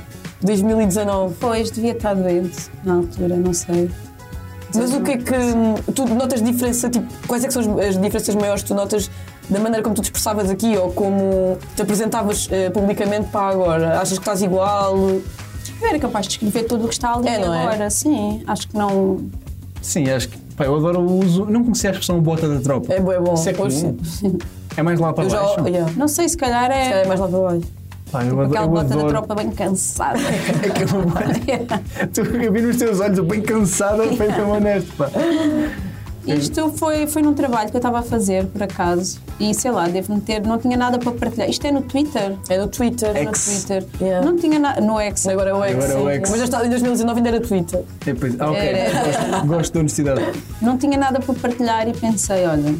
S1: 2019.
S3: Pois, devia estar doente na altura, não sei.
S1: Mas o que é que tu notas diferença? Tipo, quais é que são as, as diferenças maiores que tu notas da maneira como tu te expressavas aqui ou como te apresentavas eh, publicamente para agora? Achas que estás igual?
S3: Eu era capaz de escrever tudo o que está ali
S1: É, não é?
S3: agora, sim. Acho que não.
S2: Sim, acho que. Pá, eu adoro o uso. Não conhecia a expressão bota da tropa.
S1: É bom, é bom.
S2: Isso é comum.
S1: Hoje sim.
S2: É mais lá para
S1: Eu já.
S2: baixo.
S1: Yeah.
S3: Não sei, se calhar
S1: Se calhar
S3: é.
S1: é mais lá para baixo.
S2: Pá, eu adoro.
S3: Aquela
S2: eu
S3: bota da
S2: adoro.
S3: tropa bem cansada.
S2: É que eu, tu, eu vi nos teus olhos, eu bem cansada, bem tão honesto. Pá.
S1: Uhum.
S3: Isto foi, foi num trabalho que eu estava a fazer, por acaso, e sei lá, devo-me ter, não tinha nada para partilhar. Isto é no Twitter?
S1: É no Twitter.
S3: No Twitter.
S1: Yeah.
S3: Não tinha nada. No X.
S1: Agora é o X.
S2: Agora é o
S1: sim.
S2: X.
S1: Mas já está, em 2019 ainda era Twitter.
S2: Depois, ah, ok.
S3: Era.
S2: Gosto, gosto da honestidade.
S3: Não tinha nada para partilhar e pensei, olha,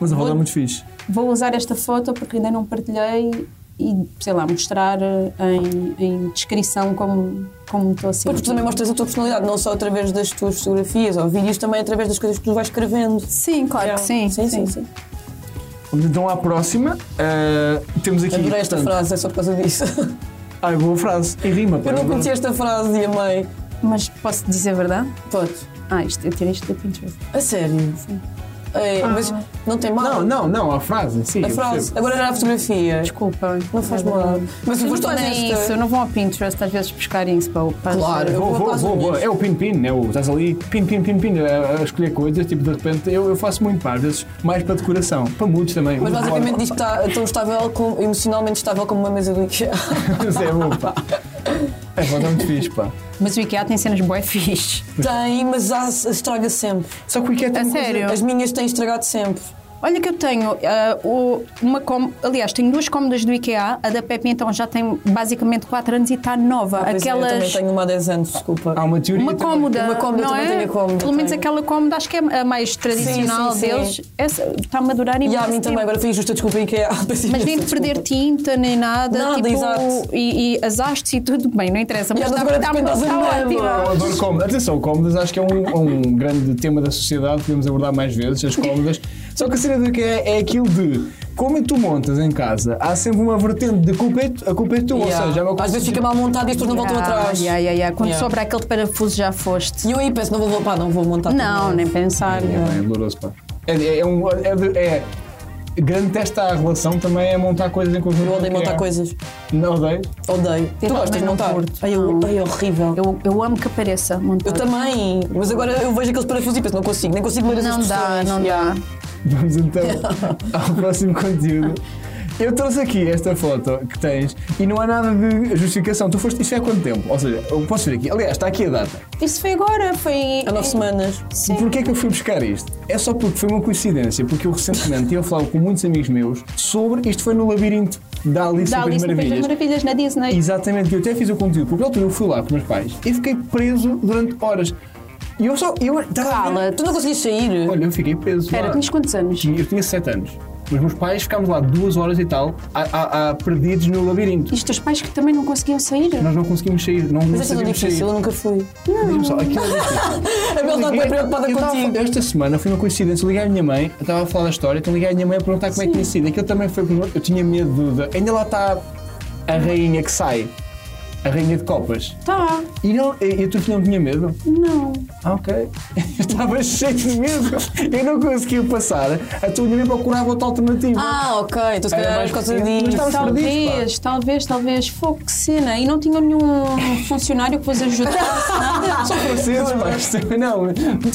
S2: Mas a roda é muito fixe.
S3: vou usar esta foto porque ainda não partilhei e, sei lá, mostrar eh, em, em descrição como, como estou a ser.
S1: Pois, porque tu também mostras a tua personalidade, não só através das tuas fotografias ou vídeos, também através das coisas que tu vais escrevendo.
S3: Sim, claro que sim.
S1: Sim, sim, sim.
S2: Vamos então à próxima. Ah, temos aqui.
S1: Adorei esta
S2: portanto-
S1: frase, é só por causa disso.
S2: Ai, boa frase. E rima, pá.
S1: Eu não conhecia esta frase e amei.
S3: Mas posso dizer a verdade?
S1: Podes.
S3: Ah, isto, eu tirei isto da Pinterest.
S1: A sério? Sim.
S3: Ah.
S1: Mas não tem mal.
S2: Não, não, não, a frase em si.
S1: A
S2: eu
S1: frase.
S2: percebo.
S1: Agora era a fotografia.
S3: Desculpa.
S1: Não faz mal. Mas
S3: Mas
S1: tu
S3: não
S1: foste
S3: fazem
S1: honesta.
S3: isso, não vão ao Pinterest às vezes buscar isso para, para
S1: Claro. Eu
S2: Vou,
S1: vou
S2: vou,
S1: para as
S2: vou, vou.
S1: unhas.
S2: É o pin-pin, é o, estás ali pin-pin, pin-pin, a, a escolher coisas, tipo, de repente, eu, eu faço muito, pá, às vezes, mais para decoração, para muitos também.
S1: Mas basicamente
S2: Bora.
S1: diz que está então tão estável, como, emocionalmente estável como uma mesa do IKEA.
S2: Mas é bom, pá. É bom, está muito fixe, pá.
S3: Mas o IKEA tem cenas bué fixe.
S1: Tem, mas há- estraga sempre.
S2: Só que o Ikea tem
S3: A
S2: uma coisa-
S3: sério?
S1: As minhas têm estragado sempre.
S3: Olha que eu tenho ah, o- uma com... aliás, tenho duas cômodas do IKEA, a da Pepe então já tem basicamente 4 anos e está nova.
S1: Pois é, Eu também
S3: Aquelas
S1: tenho uma há 10 anos, desculpa.
S2: Há uma teoria
S3: uma
S2: também.
S3: cômoda,
S1: Uma cômoda, eu
S3: não
S1: também
S3: é?
S1: tenho a cômoda,
S3: Pelo menos
S1: tenho.
S3: aquela cômoda acho que é a mais tradicional
S1: sim, sim.
S3: deles. Essa está a madurar
S2: um-
S3: e
S1: E há a mim também, agora fui injusta, desculpa, é IKEA. Peço
S3: Mas
S1: imensa
S3: nem de
S1: desculpa.
S3: perder tinta, nem nada.
S1: Nada,
S3: tipo,
S1: exato.
S3: E, e as hastes e tudo bem, não interessa.
S1: E
S3: Mas tá
S1: elas
S3: está,
S1: agora
S3: está,
S1: dependem das
S3: está
S1: andamas.
S2: Eu
S3: ótimo.
S2: adoro cômodas. Atenção, cômodas acho que é um, é um grande tema da sociedade, podemos abordar mais vezes, as cômodas. Só que a cena do que é, é aquilo de como tu montas em casa, há sempre uma vertente de culpa é, tu- a culpa é tua, ou
S1: Yeah.
S2: seja, é uma coisa
S1: Às vezes
S2: de-
S1: fica mal montado e as pessoas não voltam
S3: Ah,
S1: atrás.
S3: yeah, yeah, yeah. Quando
S1: Yeah.
S3: sobra aquele parafuso já foste.
S1: E eu aí penso, não vou voltar, não vou montar. tudo
S3: Não,
S1: novo.
S3: nem pensar.
S2: É,
S3: não.
S2: pá, é doloroso, pá. É, é, é um. É, de- é- grande teste à relação também é montar coisas em conjunto.
S1: Eu odeio
S2: com quem
S1: montar
S2: é.
S1: coisas.
S2: Não odeio.
S1: Odeio.
S3: Eu
S1: tu gostas de
S3: também não
S1: montar?
S3: curto.
S1: Ai, eu,
S3: Não.
S1: ai, é horrível. Eu,
S3: Eu, eu amo que apareça montado.
S1: também. Mas agora eu vejo aqueles parafusos e penso, não consigo, nem consigo ler as
S3: Não dá,
S1: instruções.
S3: não dá.
S2: Vamos então ao próximo conteúdo. Eu trouxe aqui esta foto que tens e não há nada de justificação. Tu foste. Isto é há quanto tempo? Ou seja, eu posso ver aqui. Aliás, está aqui a data.
S3: Isso foi agora, foi. em-
S1: Há nove semanas.
S3: Sim.
S2: Porquê é que eu fui buscar isto? É só porque foi uma coincidência, porque eu recentemente tive a falar com muitos amigos meus sobre. Isto foi no labirinto da Alice
S3: Da
S2: no País
S3: Alice no País das
S2: Maravilhas.
S3: Maravilhas na Disney.
S2: Exatamente, eu até fiz o conteúdo, porque na altura eu fui lá com os meus pais e fiquei preso durante horas. E eu só. Eu, estava a ver-
S3: Cala.
S1: Tu não conseguiste sair?
S2: Olha, eu fiquei preso.
S3: Espera,
S2: lá.
S3: tinhas quantos anos?
S2: Tinha- Eu tinha 7 anos. Os meus pais ficámos lá duas horas e tal, a, a- a- perdidos no labirinto.
S3: E os teus pais que também não conseguiam sair?
S2: Nós não conseguimos sair, não, não
S1: Mas esta é tão
S2: sabíamos sair.
S1: difícil, eu nunca fui.
S2: Diz-me só, aquilo é difícil.
S1: A Bel está bem preocupada
S2: Eu tava-
S1: contigo.
S2: esta semana foi uma coincidência. Eu liguei à minha mãe, eu estava a falar da história, então liguei à minha mãe a perguntar como é que tinha sido. Aquilo também foi. um- Eu tinha medo de. Ainda lá está a rainha que sai, a rainha de copas.
S3: Tá,
S2: E, não, e, e tu não tinha medo?
S3: não.
S2: Ah, ok. Eu estava cheio de medo. Eu não conseguia passar. A tua mulher procurava outra alternativa.
S1: Ah, ok. Então se
S2: Era
S1: calhar
S2: mais
S1: por causa
S2: recente, É, mas
S1: disso.
S2: estava-
S3: Talvez, talvez, talvez. Fogo, que cena. E não tinham nenhum funcionário que vos ajudasse, nada.
S2: São franceses, mas também não.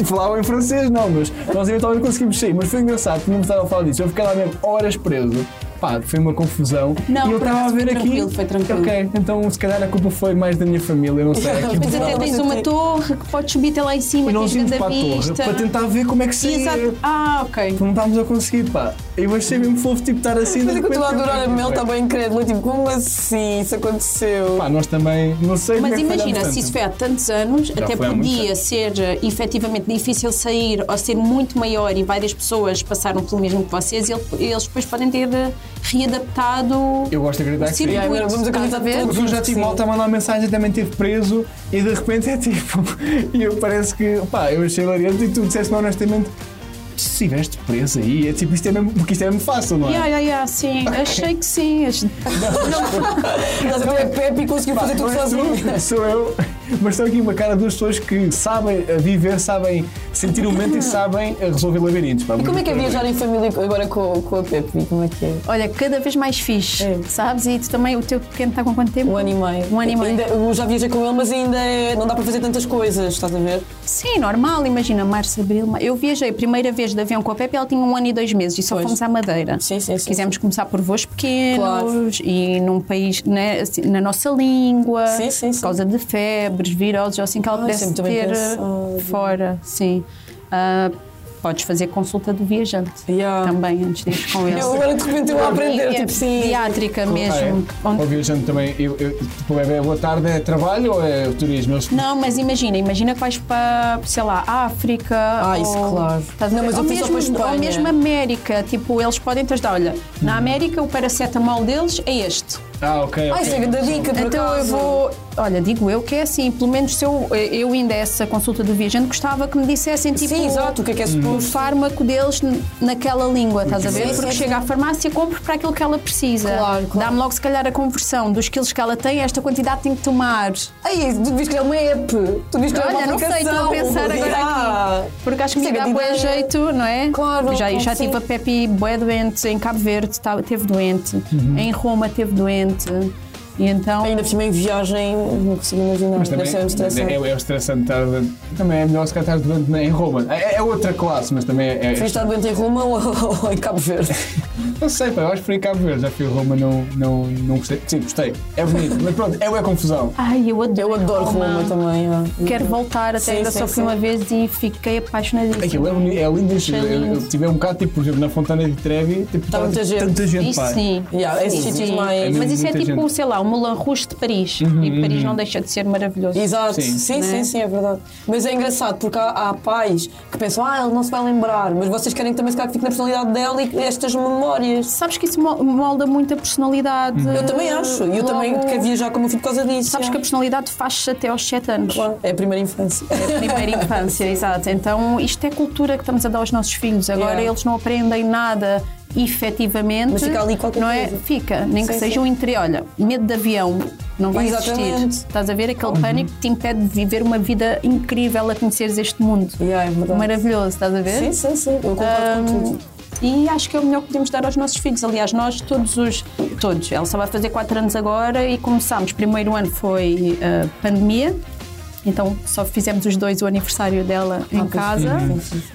S2: Falavam em francês, não, mas nós eventualmente conseguimos sair. Mas foi engraçado, não me estava a falar disso. Eu fiquei lá mesmo horas preso. Pá, foi uma confusão.
S3: Não,
S2: e eu
S3: por
S2: estava a
S3: acaso
S2: ver
S3: foi
S2: aqui.
S3: tranquilo, foi tranquilo.
S2: Ok, então se calhar a culpa foi mais da minha família, não sei. Aqui,
S1: Mas
S3: Mas até
S1: Não,
S3: tens
S1: mas
S3: uma
S1: tem-
S3: torre que podes subir até lá em cima,
S2: e nós
S3: tens
S2: íamos
S3: grande
S2: para a torre
S3: vista.
S2: para tentar ver como é que saía.
S3: Exato. Ah, ok.
S2: Não estávamos a conseguir, pá. Eu achei mesmo fofo, tipo, estar assim.
S1: Mas
S2: de
S1: é que eu estou a
S2: repente-
S1: adorar a Mel, está bem incrédula. Tipo, como assim? Isso aconteceu?
S2: Pá, nós também, não sei como é
S3: Mas
S2: que falhámos
S3: imagina,
S2: tanto.
S3: se isso foi há tantos anos, até
S2: foi há muitos
S3: podia ser eh, efetivamente difícil sair ou ser muito maior e várias pessoas passaram pelo mesmo que vocês e ele- eles depois podem ter eh, readaptado.
S2: Eu gosto de acreditar que
S3: Sim,
S2: sim.
S1: Yeah, agora
S3: muito,
S1: vamos acreditar
S3: estás um a ver?
S1: todos.
S2: Porque eu já tive
S1: Sim.
S2: malta a mandar mensagem, também estive preso e de repente é tipo. E eu parece que. Pá, eu achei hilariante e tu disseste-me honestamente. "Tu estiveste preso aí, é tipo, isto é mesmo, porque isto é mesmo fácil, não é?
S3: Yeah, yeah, yeah, sim, achei que sim. Ach-
S1: Estás até a Pepe e conseguiu fazer tudo
S2: é. Mas
S1: sozinho.
S2: sou, sou eu, mas estou aqui uma cara de duas pessoas que sabem eh, viver, sabem sentir o momento e sabem eh, resolver labirintos. pá.
S1: E como é que é
S2: Muito
S1: viajar em família agora com, com a Pepe? Como é que é?
S3: Olha, cada vez mais fixe,
S1: É.
S3: sabes? E tu também, o teu pequeno está com quanto tempo?
S1: Um ano e meio.
S3: Um ano e meio.
S1: Ainda- eu já viajei com ele, mas ainda é- não dá para fazer tantas coisas, estás a ver?
S3: Sim, normal, imagina, março, abril. ma- Eu viajei a primeira vez de avião com a Pepe, ela tinha um ano e dois meses e só
S1: Pois.
S3: fomos à Madeira.
S1: Sim, sim, sim.
S3: Quisemos começar por voos pequenos
S1: Claro.
S3: e num país, né, assim, na nossa língua,
S1: Sim, sim, sim.
S3: por causa de febres, viroses, ou assim que ela
S1: Ai,
S3: pudesse
S1: sempre bem
S3: ter eh,
S1: pensado.
S3: fora. Sim. Ah, Podes fazer consulta do viajante
S1: Yeah.
S3: também antes de ir com eles.
S1: Eu agora de repente eu a aprender,
S3: Sim, é
S1: tipo, sim.
S3: Pediátrica mesmo.
S2: Ah, é.
S3: Onde-
S2: O viajante também. Eu, eu, tipo, é, é boa tarde, é trabalho ou é turismo? Eles-
S3: Não, mas imagina, imagina que vais para, sei lá, África.
S1: Ah, isso, claro.
S3: Estás a
S1: Não,
S3: ver?
S1: mas eu
S3: ou,
S1: fui só
S3: mesmo,
S1: para a
S3: ou
S1: Espanha. Hum.
S3: mesmo América. Tipo, eles podem te ajudar. Olha, na América o paracetamol deles é este.
S2: Ah, ok.
S1: Ah,
S2: ok.
S1: isso é da dica, por
S3: Então eu
S1: acaso.
S3: vou. Olha, digo eu que é assim, pelo menos se eu, eu ainda essa consulta do viajante, gostava que me dissessem tipo.
S1: Sim, exato, o que é que é
S2: Uhum.
S3: O
S1: suposto?
S3: fármaco deles n- naquela língua, estás a ver?
S1: bem.
S3: Porque
S1: Sim,
S3: chega à farmácia, compro para aquilo que ela precisa.
S1: Claro, claro.
S3: Dá-me logo, se calhar, a conversão dos quilos que ela tem, esta quantidade tem que tomar.
S1: Aí, tu devias criar uma app, tu devias criar uma
S3: Olha, não
S1: aplicação. Ah.
S3: sei, estou a pensar agora
S1: Yeah.
S3: aqui. Porque acho que me
S1: Sim,
S3: dá
S1: grande
S3: bué
S1: ideia.
S3: jeito, não é?
S1: Claro,
S3: Já, eu já
S1: sim.
S3: tive a Pepe bué doente, em Cabo Verde tá- teve doente, em Roma teve doente. E então.
S1: Uhum. Ainda por cima em viagem, não consigo imaginar.
S2: Mas
S1: Deve ser um muito
S2: também
S1: estressante.
S2: é, é, é estressante estar. Também é melhor se calhar estar doente em Roma. É, é outra classe, mas também é.
S1: Fui
S2: é
S1: estar doente em Roma ou, ou em Cabo Verde?
S2: não sei, pá, eu acho que fui em Cabo Verde, já fui a Roma, não, não, não gostei. Sim, gostei. É bonito, mas pronto, é uma confusão.
S3: Ai, eu adoro.
S1: Eu adoro Roma também. é.
S3: Quero voltar, até
S1: Sim,
S3: ainda
S1: sim,
S3: só fui
S1: sim.
S3: uma vez e fiquei apaixonadíssima.
S2: Aquilo é, bonito, é lindo. Eu,
S3: Achei
S2: eu, eu
S3: lindo.
S2: tive um bocado, tipo, por exemplo, na Fontana de Trevi, tipo, tava,
S1: muita
S2: tipo,
S1: gente.
S2: tanta gente,
S3: Isso
S2: pá.
S3: sim.
S1: Yeah, esses
S3: Sim,
S1: sítios
S3: sim.
S1: mais- É
S2: mesmo
S3: Mas isso é
S2: muita
S3: tipo,
S2: gente.
S3: sei lá, o Moulin Rouge de Paris. e Paris não deixa de ser maravilhoso.
S1: uhum. Exato,
S2: Sim.
S1: sim, sim,
S3: Né?
S1: sim, é verdade. Mas é engraçado porque há, há pais que pensam, ah, ele não se vai lembrar, mas vocês querem que também se calhar que fique na personalidade dela e estas memórias.
S3: Sabes que isso mo- molda muito a personalidade.
S1: Eu também acho, eu também
S3: Logo,
S1: quero viajar com o meu filho por causa disso.
S3: Sabes que a personalidade faz-se até aos 7 anos.
S1: Claro, é a primeira infância.
S3: Primeira infância, exato. Então isto é cultura que estamos a dar aos nossos filhos. Agora
S1: Yeah.
S3: eles não aprendem nada efetivamente.
S1: Mas fica ali qualquer
S3: não é?
S1: coisa.
S3: Fica, nem que
S1: Sim,
S3: seja
S1: sim.
S3: um interior. Olha, medo de avião não vai existir.
S1: Exatamente.
S3: Estás a ver aquele pânico que te impede de viver uma vida incrível a conheceres este mundo.
S1: Yeah, é verdade.
S3: Maravilhoso, estás a ver?
S1: Sim, sim, sim, eu concordo com
S3: Ahm,
S1: tudo.
S3: e acho que é o melhor que podemos dar aos nossos filhos. Aliás, nós todos os. Todos. Ela só vai fazer 4 anos agora e começámos. Primeiro ano foi ah, pandemia. Então só fizemos os dois o aniversário dela em
S1: pois
S3: casa.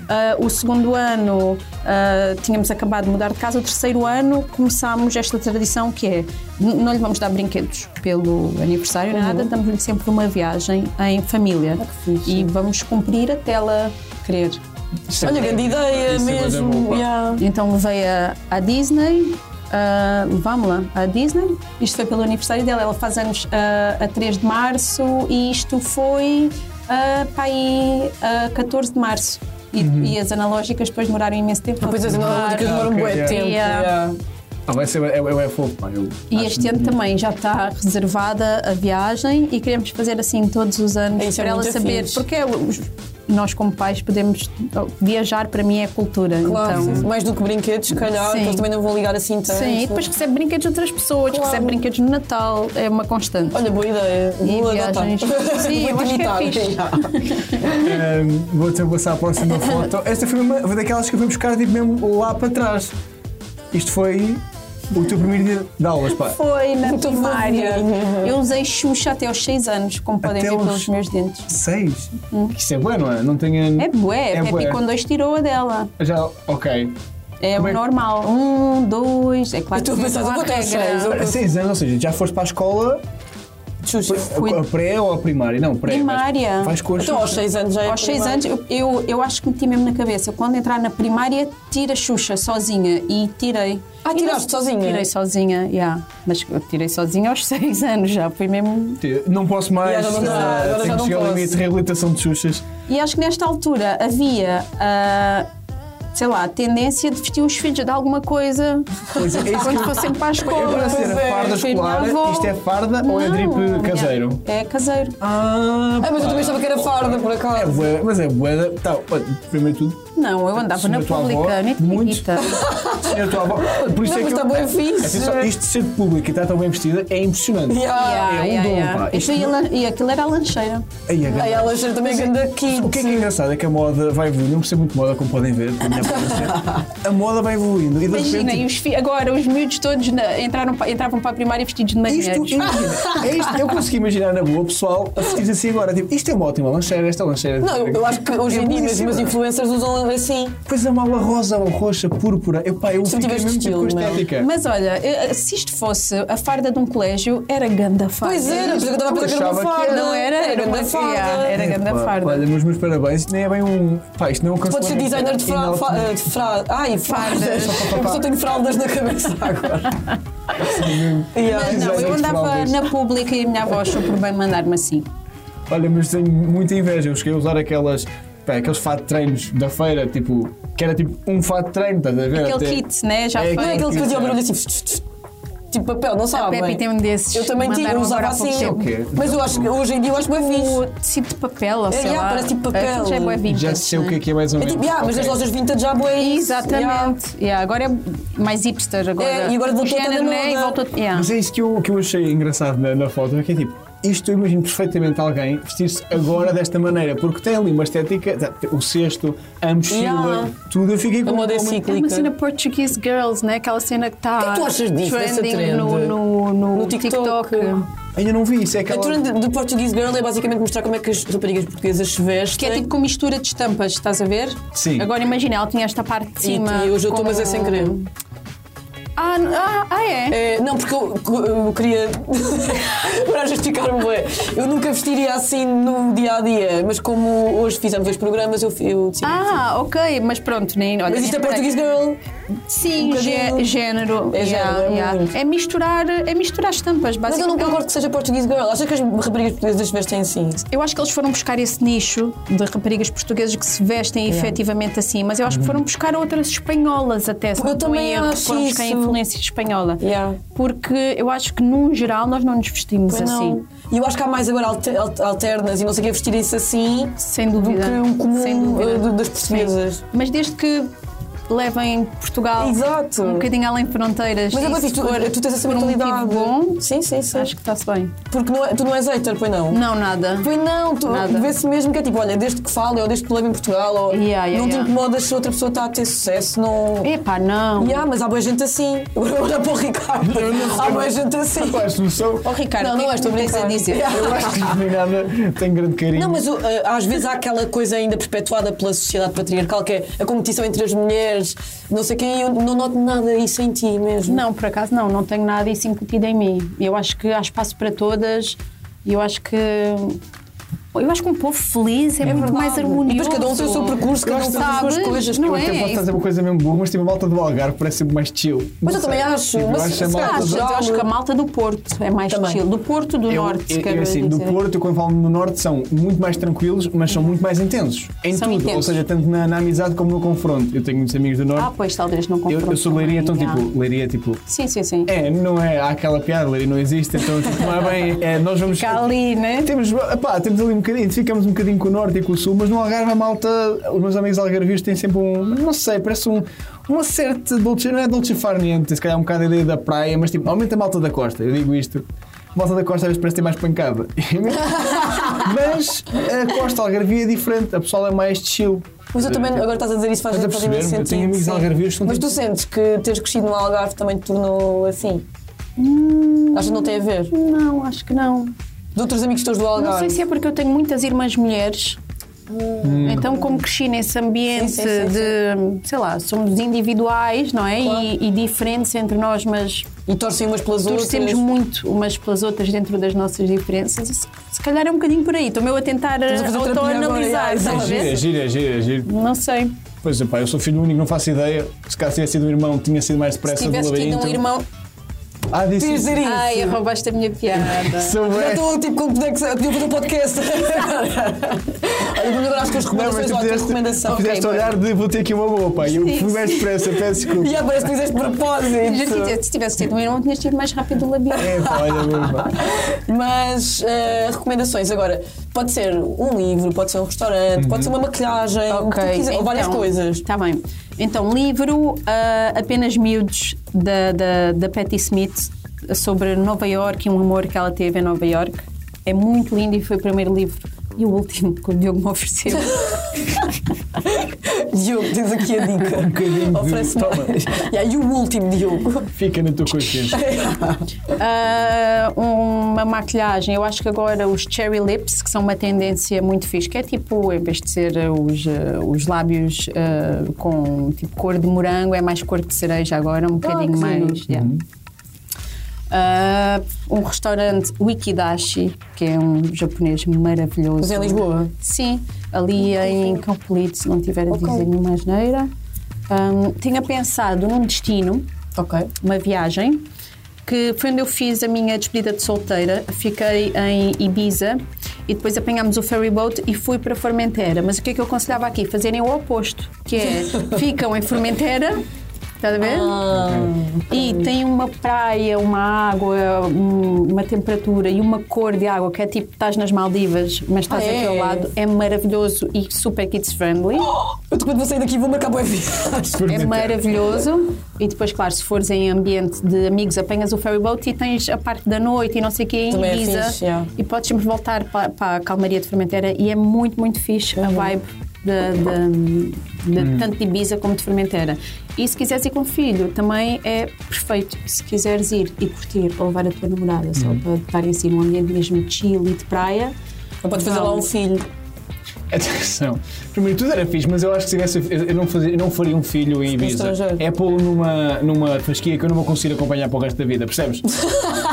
S3: Ah, o segundo ano ah, tínhamos acabado de mudar de casa. O terceiro ano começámos esta tradição que é n- não lhe vamos dar brinquedos pelo aniversário, nada. Damos-lhe sempre uma viagem em família.
S1: Uhum. Ah, que fixe.
S3: e vamos cumprir até ela querer.
S2: Isto é
S1: Olha, grande ideia
S2: Isso é bué da
S1: mesmo.
S2: bom, pá.
S1: yeah.
S3: Então levei a, à Disney, ah, levámos-la à Disney. Isto foi pelo aniversário dela, ela faz anos ah, a 3 de março e isto foi ah, para aí a 14 de março. E, e as analógicas depois demoraram imenso tempo. a
S1: Depois Uhum. Ah, as
S3: filmar.
S1: analógicas demoram um
S2: ok,
S1: bué
S2: yeah.
S1: tempo.
S3: Yeah.
S1: yeah.
S2: Ah, vai ser, é, é, é fofo, pá. eu
S3: E
S2: acho
S3: este ano
S2: bonito.
S3: também já está reservada a viagem e queremos fazer assim todos os anos
S1: Isso é
S3: para ela
S1: muito
S3: saber,
S1: fixe.
S3: porque os- nós como pais podemos oh, viajar, para mim é cultura.
S1: Claro,
S3: então.
S1: mais do que brinquedos, se calhar,
S3: Sim.
S1: que eles também não vão ligar assim tanto.
S3: Sim, e depois recebe brinquedos de outras pessoas,
S1: Claro.
S3: recebe brinquedos no Natal, é uma constante.
S1: Olha, boa ideia.
S3: E
S1: Vou adotar.
S3: viagens. Sim,
S1: Vou
S3: eu acho que é
S1: imitar.
S3: fixe.
S2: Ahm, vou ter passar a próxima foto. Esta foi uma foi daquelas que eu fui buscar tipo, mesmo lá para trás. Isto foi o teu primeiro dia de aulas, pá.
S3: Foi na
S1: Muito
S3: primária.
S1: fofinho.
S3: Eu usei Xuxa até aos 6 anos, como podem
S2: Até
S3: ver
S2: aos-
S3: pelos meus dentes.
S2: Seis?
S1: Hum.
S2: Isto é bueno, não é? Não tenho.
S3: É bué,
S2: É
S3: a Pepe
S2: bué.
S3: com dois tirou a dela.
S2: Já, ok.
S3: É
S2: Como
S3: o
S2: é que-
S3: normal. Um, dois, é claro
S1: Eu estou a
S3: que
S1: pensar,
S3: não há
S1: eu vou até aos
S3: regra.
S1: seis, eu-
S2: Seis anos, ou seja, já foste para a escola,
S1: Xuxa.
S3: Fui.
S2: a, a pré ou a primária? Não, pré. mas
S3: Primária.
S2: Vais com as
S1: Então, aos 6 anos já é
S3: Aos 6
S1: primário.
S3: anos, eu, eu, eu acho que meti mesmo na cabeça. Quando entrar na primária, tira Xuxa sozinha. E tirei.
S1: Ah, tiraste
S3: E-
S1: sozinha?
S3: Tirei sozinha, já. Mas eu tirei sozinha aos 6 anos já. Foi mesmo
S2: Não posso mais.
S1: Já não dá,
S2: ah,
S1: agora já
S2: tenho que
S1: não
S2: chegar ao
S1: posso.
S2: limite de reabilitação de Xuxas.
S3: E acho que nesta altura havia, ah, sei lá, a tendência de vestir os filhos de alguma coisa
S2: Pois é, é isso
S3: quando fossem para a escola.
S2: Eu para ser
S1: Pois
S2: a
S1: é,
S2: farda
S3: Filho,
S2: escolar,
S3: não vou.
S2: isto é farda ou é
S3: Não.
S2: drip caseiro?
S3: É, é caseiro.
S2: Ah,
S1: Ah, mas eu também achava que era farda, por
S2: É
S1: acaso.
S2: bué, mas é boeda. Tá, olha, primeiro de tudo,
S3: Não, eu andava
S2: Senhora
S3: na
S2: tua avó,
S3: pública, nem
S2: muito.
S3: te
S2: senhor tua avó. Por isso
S1: Não,
S2: é
S1: mas está
S2: que. eu-
S1: bem fixe.
S2: Atenção, isto de ser de público e estar tão bem vestida é impressionante.
S3: Ah,
S1: Yeah.
S2: É um dom, pá. Isto
S3: Isto ia lan- E aquilo era a lancheira.
S2: Ai, é
S1: Aí
S2: grande.
S1: a Alexandre também é grande kid.
S2: O que é que é engraçado é que a moda vai evoluindo, eu não percebo muito moda, como podem ver, pela minha aparência. a moda vai evoluindo e de
S3: Imagina, e
S2: repente.
S3: os fi- agora os miúdos todos na- entraram pa- entravam para a primária vestidos de
S2: Isto,
S3: marinheiros.
S2: imagina, é isto, eu consegui imaginar na boa o pessoal a vestir assim agora. Tipo, isto é uma ótima lancheira, esta lancheira.
S1: Não, eu acho que hoje em dia mesmo as
S2: belíssima.
S1: influencers usam estilo assim.
S2: Pois é uma aula rosa ou roxa, púrpura. Epá, eu
S1: Se eu
S2: fico
S1: tivesse
S2: mesmo tipo com
S1: estilo, não é?
S2: estética.
S3: Mas olha, eh, se isto fosse a farda de um colégio, era ganda farda.
S1: Pois era, por isso é que eu estava a
S2: Eu
S1: pensar que era uma
S2: achava que
S1: farda.
S2: era.
S3: Não era?
S1: Era
S3: uma-
S1: grande
S3: Yeah,
S1: farda.
S3: Era ganda
S2: Epá,
S3: farda.
S2: É, Olha, mas meus parabéns, isto nem é bem um. Pá, isto não é um
S1: Pode ser
S2: cancelamento.
S1: designer de
S2: E não-
S1: fraldas. Fra de fra ai,
S3: Fardas.
S1: fardas. Eu só tenho fraldas na cabeça agora. yeah.
S3: Mas não,
S2: Design
S3: eu
S2: de
S3: andava
S2: fraldas.
S3: na pública e a minha avó achou por bem mandar-me assim.
S2: Olha, mas tenho muita inveja. Eu cheguei a usar aquelas. pá, aqueles fato de treinos da feira, tipo. Que era tipo um fato de treino, estás a ver?
S3: Aquele
S2: Até-
S3: kit, né? Já
S1: Não
S2: É,
S3: foi.
S1: é aquele que fazia o
S2: Sim,
S1: barulho assim, tch, tch, tch, tipo papel, não
S3: A
S1: sabe?
S3: Pepe
S1: bem.
S3: tem um desses.
S1: Eu também tinha, eu
S3: Mandaram agora
S1: usava
S3: há pouco
S1: assim.
S3: tempo.
S2: quê?
S1: Mas eu acho que hoje em dia eu acho bem fixe. É
S3: O tipo de papel, ou sei
S1: yeah,
S3: lá.
S1: parece tipo papel.
S3: Aquilo Já é bué vintage, É,
S2: Já sei o que é que é mais ou
S1: É
S2: menos.
S1: tipo, yeah, mas
S2: Ok.
S1: nas lojas vintage já boa
S3: Exatamente. Yeah, agora é mais hipster. Agora.
S1: É, e agora voltou
S3: Higiene,
S1: toda
S3: né? E
S1: moda.
S3: voltou- yeah.
S2: Mas é isso que eu, que eu achei engraçado na, na foto, é que é tipo, isto eu imagino perfeitamente alguém vestir-se agora desta maneira, porque tem ali uma estética, tá, o cesto, a mochila,
S1: Yeah.
S2: tudo, eu fiquei com um
S1: A moda é
S2: com-
S3: É uma
S1: cíclica.
S3: cena Portuguese Girls, né? Aquela cena que está
S1: que é que tu achas disso, dessa
S3: trending
S1: trend?
S3: no, no, no,
S1: No
S3: TikTok.
S1: TikTok.
S2: Ainda não vi, isso é
S1: A
S2: aquela...
S1: trend do Portuguese Girl é basicamente mostrar como é que as raparigas portuguesas se vestem.
S3: Que é tipo com mistura de estampas, estás a ver?
S2: Sim.
S3: Agora imagina, ela tinha esta parte de
S1: E-
S3: cima.
S1: e hoje eu estou,
S3: com-
S1: mas é sem querer.
S3: Ah, n- ah, ah, é?
S1: É, não, porque eu, eu queria. para justificar-me, bué, eu nunca vestiria assim no dia a dia, mas como hoje fizemos dois programas, eu, eu decidi.
S3: Ah, ok, mas pronto, nem. Olha,
S1: mas
S3: nem
S1: isto é
S3: reparei.
S1: Portuguese Girl.
S3: Sim,
S1: Um
S3: gé-
S1: bocadinho.
S3: género.
S1: É género, é muito.
S3: É misturar, é misturar
S1: Mas
S3: estampas,
S1: eu não
S3: basicamente.
S1: concordo que seja Portuguese Girl. Acha que as raparigas portuguesas vestem assim?
S3: Então, Eu acho que eles foram buscar esse nicho de raparigas portuguesas que se vestem efetivamente assim, mas eu acho que foram buscar outras espanholas até. se
S1: Uhum. Eu
S3: não estou em
S1: também
S3: erro,
S1: acho
S3: foram buscar
S1: isso.
S3: influência espanhola.
S1: Yeah.
S3: Porque eu acho que, num geral, nós não nos vestimos
S1: Pois
S3: assim.
S1: não. E eu acho que há mais agora alter- al- alternas e não sei o que é vestirem-se assim
S3: Sem dúvida.
S1: do que um comum
S3: Sem dúvida.
S1: eh, do- das portuguesas.
S3: Mas desde que levem Portugal
S1: Exato.
S3: um bocadinho além de fronteiras.
S1: Mas é
S3: e
S1: para
S3: se
S1: ti, tu,
S3: for
S1: tu tens essa
S3: por um motivo
S1: mentalidade.
S3: bom,
S1: Sim, sim, sim.
S3: acho que está-se bem.
S1: Porque não é- tu não és hater, pois não?
S3: Não, nada.
S1: Pois não, tu
S3: Nada.
S1: vê-se mesmo que é tipo, olha, desde que falo ou desde que levo em Portugal, ou
S3: Yeah, yeah,
S1: não
S3: yeah.
S1: te incomodas se outra pessoa está a ter sucesso, não.
S3: Epá, não.
S1: Yeah, mas há boa gente assim. Agora olha para o Ricardo. Há boa gente assim.
S2: Pá, a solução-
S3: Oh, Ricardo,
S1: Não,
S3: o que
S1: não
S3: é
S1: és, estou
S3: que
S1: a
S3: tu tens a
S1: brincar.
S3: dizer?
S2: Eu acho que não tem nada, tenho grande carinho.
S1: Não, mas o, eh, às vezes há aquela coisa ainda perpetuada pela sociedade patriarcal que é a competição entre as mulheres, não sei quem, eu não noto nada isso em ti mesmo.
S3: Não, por acaso não, não tenho nada isso incutido em mim. Eu acho que há espaço para todas e eu acho que. Eu acho que um povo feliz é, muito mais harmonioso.
S1: E depois cada um tem o seu percurso, cada um
S2: acho
S1: faz as suas
S3: sabes,
S1: coisas.
S3: não
S2: eu até
S3: é?
S2: posso fazer uma coisa mesmo burra, mas tipo, a malta do Algarve parece sempre mais chill.
S1: Mas
S2: Não
S1: eu também
S2: sei.
S1: acho,
S2: Eu
S1: mas
S2: acho a
S1: se calhar
S2: malta
S3: Ah,
S2: do-
S3: mas eu acho que a malta do Porto é mais
S1: Também.
S3: chill. Do Porto do
S2: Eu-
S3: Norte, é
S2: eu- eu,
S3: quero
S2: assim,
S3: dizer.
S2: do Porto, quando falam no Norte, são muito mais tranquilos, mas são muito mais intensos. Em
S3: São
S2: tudo, ou
S3: intensos.
S2: seja, tanto na, na amizade como no confronto. Eu tenho muitos amigos do
S3: Ah,
S2: Norte.
S3: pois talvez não
S2: eu,
S3: confronto.
S2: eu sou de leiria, então
S3: também,
S2: tipo,
S3: ah.
S2: leiria, tipo.
S3: Sim, sim, sim.
S2: É, não é, há aquela piada, leiria não existe, então tipo, não é bem, é, nós vamos.
S3: Fica ali, né?
S2: Temos, epá, temos ali um bocadinho, ficamos um bocadinho com o norte e com o sul, mas no Algarve a malta, os meus amigos algarvios têm sempre um, não sei, parece um, uma certa dolce, não é dolce farniente, se calhar um bocado a ideia da praia, mas tipo, aumenta a malta da costa, eu digo isto. A malta da costa às vezes parece ter mais pancada. mas a costa algarvia é diferente, a pessoa é mais chill.
S1: Mas eu também, agora estás a dizer isso faz,
S2: Estás a
S1: faz imenso
S2: perceber? Eu
S1: sentido.
S2: tenho amigos
S1: sim.
S2: algarvios que são
S1: Mas tu
S2: tipo-
S1: sentes que teres crescido no Algarve também te tornou assim?
S3: Hum.
S1: Acho que não tem a ver.
S3: Não, acho que não.
S1: De outros amigos teus do Algarve.
S3: Não sei se é porque eu tenho muitas irmãs mulheres. Então, como cresci nesse ambiente
S1: Hum. Sim, sim, sim,
S3: de, sei lá, somos individuais, não é?
S1: Claro.
S3: E, e diferentes entre nós, mas
S1: E torcem umas pelas outras.
S3: torcemos é muito umas pelas outras dentro das nossas diferenças. E se, se calhar é um bocadinho por aí. Estou-me eu a tentar eh,
S1: a fazer terapia
S3: autoanalisar,
S1: agora,
S3: estás a
S1: é,
S3: ver?
S2: gira, gira, gira.
S3: Não sei.
S2: Pois é, pá, eu sou filho único, não faço ideia. Se caso tivesse sido um irmão, tinha sido mais
S1: Se
S2: depressa do
S1: tivesse tido
S2: labirinto.
S1: um irmão,
S2: Ah, disse.
S1: quis dizer isso.
S3: Ai, roubaste a minha piada.
S1: Já
S2: Soubesse.
S1: estou tipo com poder que podia fazer um podcast. Olha, vamos agora às tuas
S2: Não, mas
S1: recomendações,
S2: tu
S1: ó, a tua
S2: fizeste,
S1: recomendação.
S2: fizeste
S1: Ok,
S2: olhar de vou ter aqui uma boa, pai. Eu
S3: Sim,
S2: fui mais depressa, peço
S1: bem.
S2: desculpa.
S1: Já parece que fizeste de
S3: Já te
S1: propósito.
S3: disse, se tivesse tido um irmão, tinhas tido mais rápido o labirinto.
S2: É, pá, olha, meu pá.
S1: Mas eh, recomendações agora. Pode ser um livro, pode ser um restaurante, pode
S2: Uhum.
S1: ser uma
S3: Então,
S1: maquilhagem, o que Então, tu quiser, ou várias coisas.
S3: Está então, bem. Então, livro ah, Apenas Miúdos, da, da, da Patti Smith, sobre Nova York e um amor que ela teve em Nova York. É muito lindo e foi o primeiro livro E o último que o Diogo me ofereceu.
S1: Diogo, tens aqui a dica.
S2: Um bocadinho de-
S1: Oferece
S2: toma.
S1: mais. E aí o último, Diogo.
S2: Fica na tua consciência.
S3: Ah, uma maquilhagem, eu acho que agora os cherry lips, que são uma tendência muito fixe, que é tipo, em vez de ser ah, os, ah, os lábios ah, com tipo cor de morango, é mais cor de cereja agora, um bocadinho
S1: Ah, que giro.
S3: mais. yeah. Ah, um restaurante Wikidashi, que é um japonês maravilhoso.
S1: Mas é em Lisboa? Hum,
S3: Sim, ali em Campolide, se não tiver a
S1: Ok.
S3: dizer nenhuma asneira. Ah, tinha pensado num destino
S1: Ok.
S3: uma viagem que foi onde eu fiz a minha despedida de solteira. Fiquei em Ibiza e depois apanhámos o ferry boat e fui para Formentera. Mas o que é que eu aconselhava aqui? Fazerem o oposto, que é ficam em Formentera, estás a ver?
S1: Ah,
S3: E tem uma praia, uma água, um- uma temperatura e uma cor de água que é tipo estás nas Maldivas, mas estás
S1: Ah, é?
S3: aqui ao lado. É maravilhoso e super kids friendly.
S1: Eu depois vou sair daqui e vou marcar boa viagem.
S3: É maravilhoso. E depois, claro, se fores em ambiente de amigos, apanhas o ferryboat e tens a parte da noite e não sei o que em
S1: Também é
S3: Ibiza.
S1: fixe, yeah.
S3: E podes sempre voltar para, a calmaria de Formentera e é muito, muito fixe
S1: Uhum.
S3: a vibe da- da- de- tanto de Ibiza como de Formentera. E se quiseres ir com o filho, também é perfeito. Se quiseres ir e curtir ou levar a tua namorada só para estarem assim num ambiente mesmo de chill e de praia,
S1: Não podes fazer lá um filho.
S2: Atenção. Primeiro, tudo era fixe, mas eu acho que se tivesse. Eu eu não, fazia, eu não faria um filho em Ibiza.
S1: estrangeiro.
S2: É pô-lo numa, numa fasquia que eu não vou conseguir acompanhar para o resto da vida, percebes?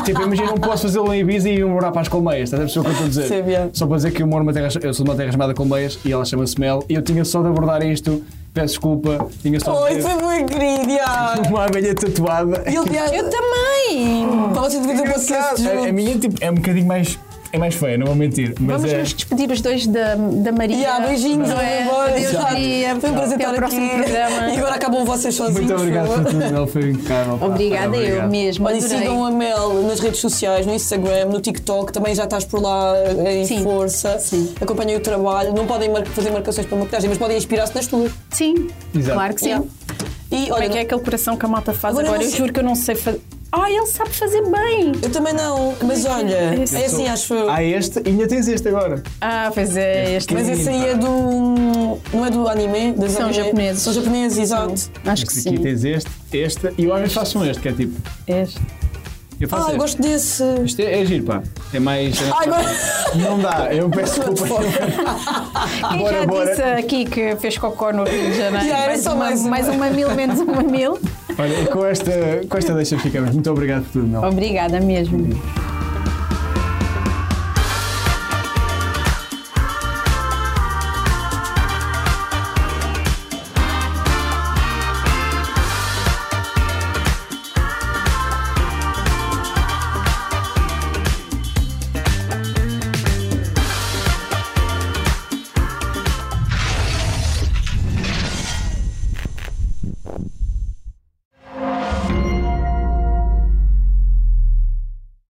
S2: tipo, imagina, eu não posso fazê-lo em Ibiza e ir morar para as colmeias, estás a perceber o que eu estou a dizer?
S1: Sim, yeah.
S2: Só para dizer que eu moro numa terra. Eu sou de uma terra chamada Colmeias e ela chama-se Mel e eu tinha só de abordar isto. Peço desculpa, tinha só
S1: Oi,
S2: de ter
S1: foi muito querido, Iago.
S2: uma abelha tatuada.
S1: E ele, Iago,
S3: eu também!
S1: para vocês deviam ter passado
S2: A, a minha tipo, é um bocadinho mais. É mais feia, não vou mentir. Mas
S3: Vamos
S2: é...
S3: nos despedir os dois da, da Maria.
S1: Yeah, beijinhos,
S3: Não é?
S1: vamos embora.
S3: Adeus,
S1: Exato.
S3: Maria.
S1: Foi um prazer
S3: Até
S1: estar
S3: ao próximo
S1: aqui. E
S3: programa.
S1: agora acabam vocês sozinhos.
S2: Muito
S1: por
S2: obrigado
S1: favor.
S2: por tudo, Mel, foi incrível. pá.
S3: Obrigada, eu
S2: Obrigado.
S3: mesmo.
S1: Olha,
S3: adorei.
S1: sigam a Mel nas redes sociais, no Instagram, no TikTok, também já estás por lá eh, em
S3: Sim.
S1: força.
S3: Sim.
S1: Acompanhem o trabalho. Não podem mar- fazer marcações para maquilhagem, mas podem inspirar-se nas tuas.
S3: Sim,
S2: Exato.
S3: claro que sim.
S1: Yeah. E
S3: Como
S1: olha,
S3: é que é aquele coração que a malta faz
S1: Agora
S3: agora?
S1: eu
S3: Eu
S1: não-
S3: juro que eu não sei fazer. Ai, ele sabe fazer bem!
S1: eu também não, mas olha,
S3: é?
S1: é
S2: Eu sou-
S1: assim, acho eu.
S2: Há Ah, este e ainda tens este agora.
S3: Ah, pois é, este.
S1: Mas esse aí é do. Não é do anime? das
S3: São
S1: anime?
S3: japoneses.
S1: São japoneses, exato.
S3: Acho que
S2: Este aqui
S3: sim.
S2: tens este, este e eu às vezes faço um este, que é tipo.
S3: Este.
S2: Eu faço
S1: Ah,
S2: este.
S1: eu gosto desse.
S2: Este é, é giro, pá. É mais. é-
S1: Ah, agora.
S2: Não dá, eu peço desculpa.
S3: Quem
S2: Bora,
S3: já
S2: bora.
S3: disse aqui que fez cocó no Rio de Janeiro?
S1: Ah, Já, era
S3: mais,
S1: só
S3: uma,
S1: mais uma.
S3: mais uma mil, menos uma mil.
S2: Olha, com esta, com esta deixa ficamos. Muito obrigado por tudo, Mel.
S3: Obrigada mesmo.